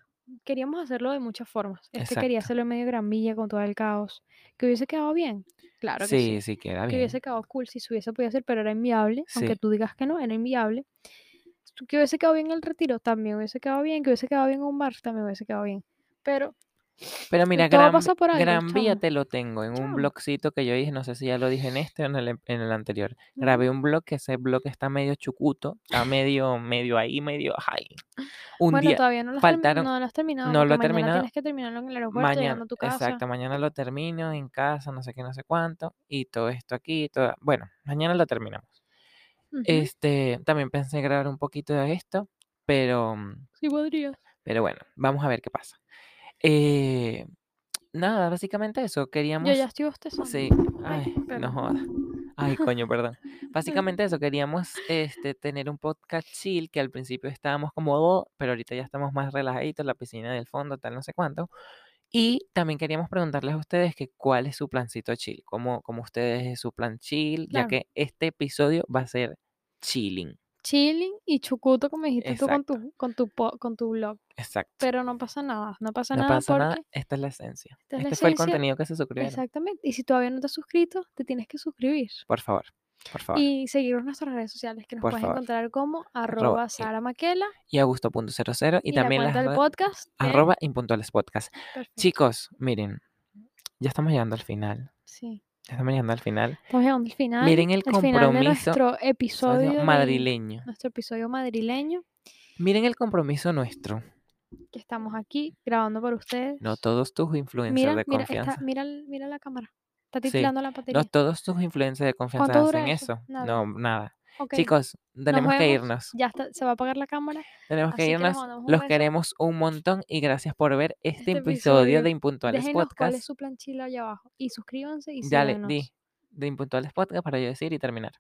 S1: queríamos hacerlo de muchas formas. Este quería
S2: Exacto.
S1: hacerlo en medio gran villa con todo el caos. ¿Que hubiese quedado bien? Claro que sí.
S2: Sí, sí, queda
S1: Que
S2: bien.
S1: hubiese quedado cool si se hubiese podido hacer, pero era inviable. Aunque
S2: Sí.
S1: tú digas que no, era inviable. Tú- Que hubiese quedado bien el retiro, también hubiese quedado bien. Que hubiese quedado bien un bar, también hubiese quedado bien. Pero eh,
S2: Pero mira,
S1: todo
S2: Gran,
S1: pasa por algo,
S2: Gran Vía
S1: chamo.
S2: te lo tengo en un
S1: Chamo.
S2: blogcito que yo dije, no sé si ya lo dije en este o en el, em- en el anterior.
S1: Ujú.
S2: Grabé un blog que ese blog está medio chucuto, está medio, medio ahí, medio ahí. Un
S1: Bueno,
S2: día
S1: todavía no lo has, termi-
S2: faltaron,
S1: no lo has terminado
S2: no
S1: porque
S2: lo he
S1: mañana
S2: terminado.
S1: tienes que terminarlo en el aeropuerto, llegando
S2: Mañana,
S1: a tu casa.
S2: exacto, mañana lo termino en casa, no sé qué, no sé cuánto. Y todo esto aquí, todo, bueno, mañana lo terminamos.
S1: Ujú,
S2: Este, también pensé grabar un poquito de esto, pero,
S1: Sí podrías.
S2: pero bueno, vamos a ver qué pasa. Eh, nada, básicamente eso.
S1: Yo ya
S2: Queríamos.
S1: estoy bostezando.
S2: Sí.
S1: Ay,
S2: Ay, no
S1: perdón.
S2: jodas. Ay, coño, perdón. Básicamente eso. Queríamos este, tener un podcast chill que al principio estábamos como "Oh", pero ahorita ya estamos más relajaditos, la piscina del fondo, tal, no sé cuánto. Y también queríamos preguntarles a ustedes que cuál es su plancito chill, cómo, cómo ustedes es su plan chill, ya
S1: Claro.
S2: que este episodio va a ser chilling.
S1: Chilling y chucuto, como dijiste tú con
S2: Exacto,
S1: tu, con tu, po- con tu blog.
S2: exacto.
S1: Pero no pasa nada. No pasa
S2: No
S1: nada
S2: pasa nada,
S1: porque
S2: esta es la esencia.
S1: esta es la
S2: Este fue el
S1: esencia.
S2: contenido que se suscribieron,
S1: Exactamente. Y si todavía no te has suscrito, te tienes que suscribir.
S2: por favor. por favor. Y,
S1: Y seguir nuestras redes sociales que nos
S2: Por
S1: puedes
S2: favor.
S1: encontrar como
S2: Arroba,
S1: arroba
S2: eh,
S1: Sara Maquela
S2: Augusto.00 y,
S1: y,
S2: también
S1: la
S2: las
S1: cuenta del
S2: redes-
S1: podcast. de-
S2: arroba impuntuales podcast.
S1: Perfecto,
S2: Chicos, miren, ya estamos llegando al final.
S1: sí.
S2: Ya estamos llegando al final.
S1: Estamos llegando al final.
S2: Miren el
S1: Final de
S2: compromiso-
S1: nuestro episodio de-
S2: Madrileño.
S1: nuestro episodio madrileño.
S2: Miren el compromiso nuestro.
S1: Que estamos aquí grabando para ustedes.
S2: No todos tus influencers
S1: mira,
S2: de
S1: mira, está-
S2: confianza.
S1: mira, el- mira la cámara. Está
S2: Sí,
S1: titilando la batería.
S2: No todos tus influencers de confianza
S1: ¿Cuánto dura
S2: hacen
S1: eso?
S2: eso.
S1: Nada.
S2: No, nada.
S1: Ok,
S2: Chicos, tenemos que
S1: vemos.
S2: irnos.
S1: Ya está, se va a apagar la cámara.
S2: Tenemos que
S1: Así que les
S2: irnos.
S1: mandamos un
S2: Los
S1: beso.
S2: queremos un montón y gracias por ver
S1: Este
S2: este, episodio de
S1: episodio.
S2: Impuntuales
S1: Déjenos cuál es
S2: Podcast.
S1: su planchila allá abajo. Y suscríbanse y
S2: Ya le
S1: síganos.
S2: di de Impuntuales Podcast para yo decir y terminar.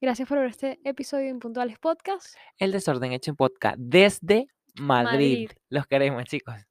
S1: Gracias por ver este episodio de Impuntuales Podcast.
S2: El desorden hecho en podcast desde Madrid.
S1: Madrid.
S2: Los queremos, chicos.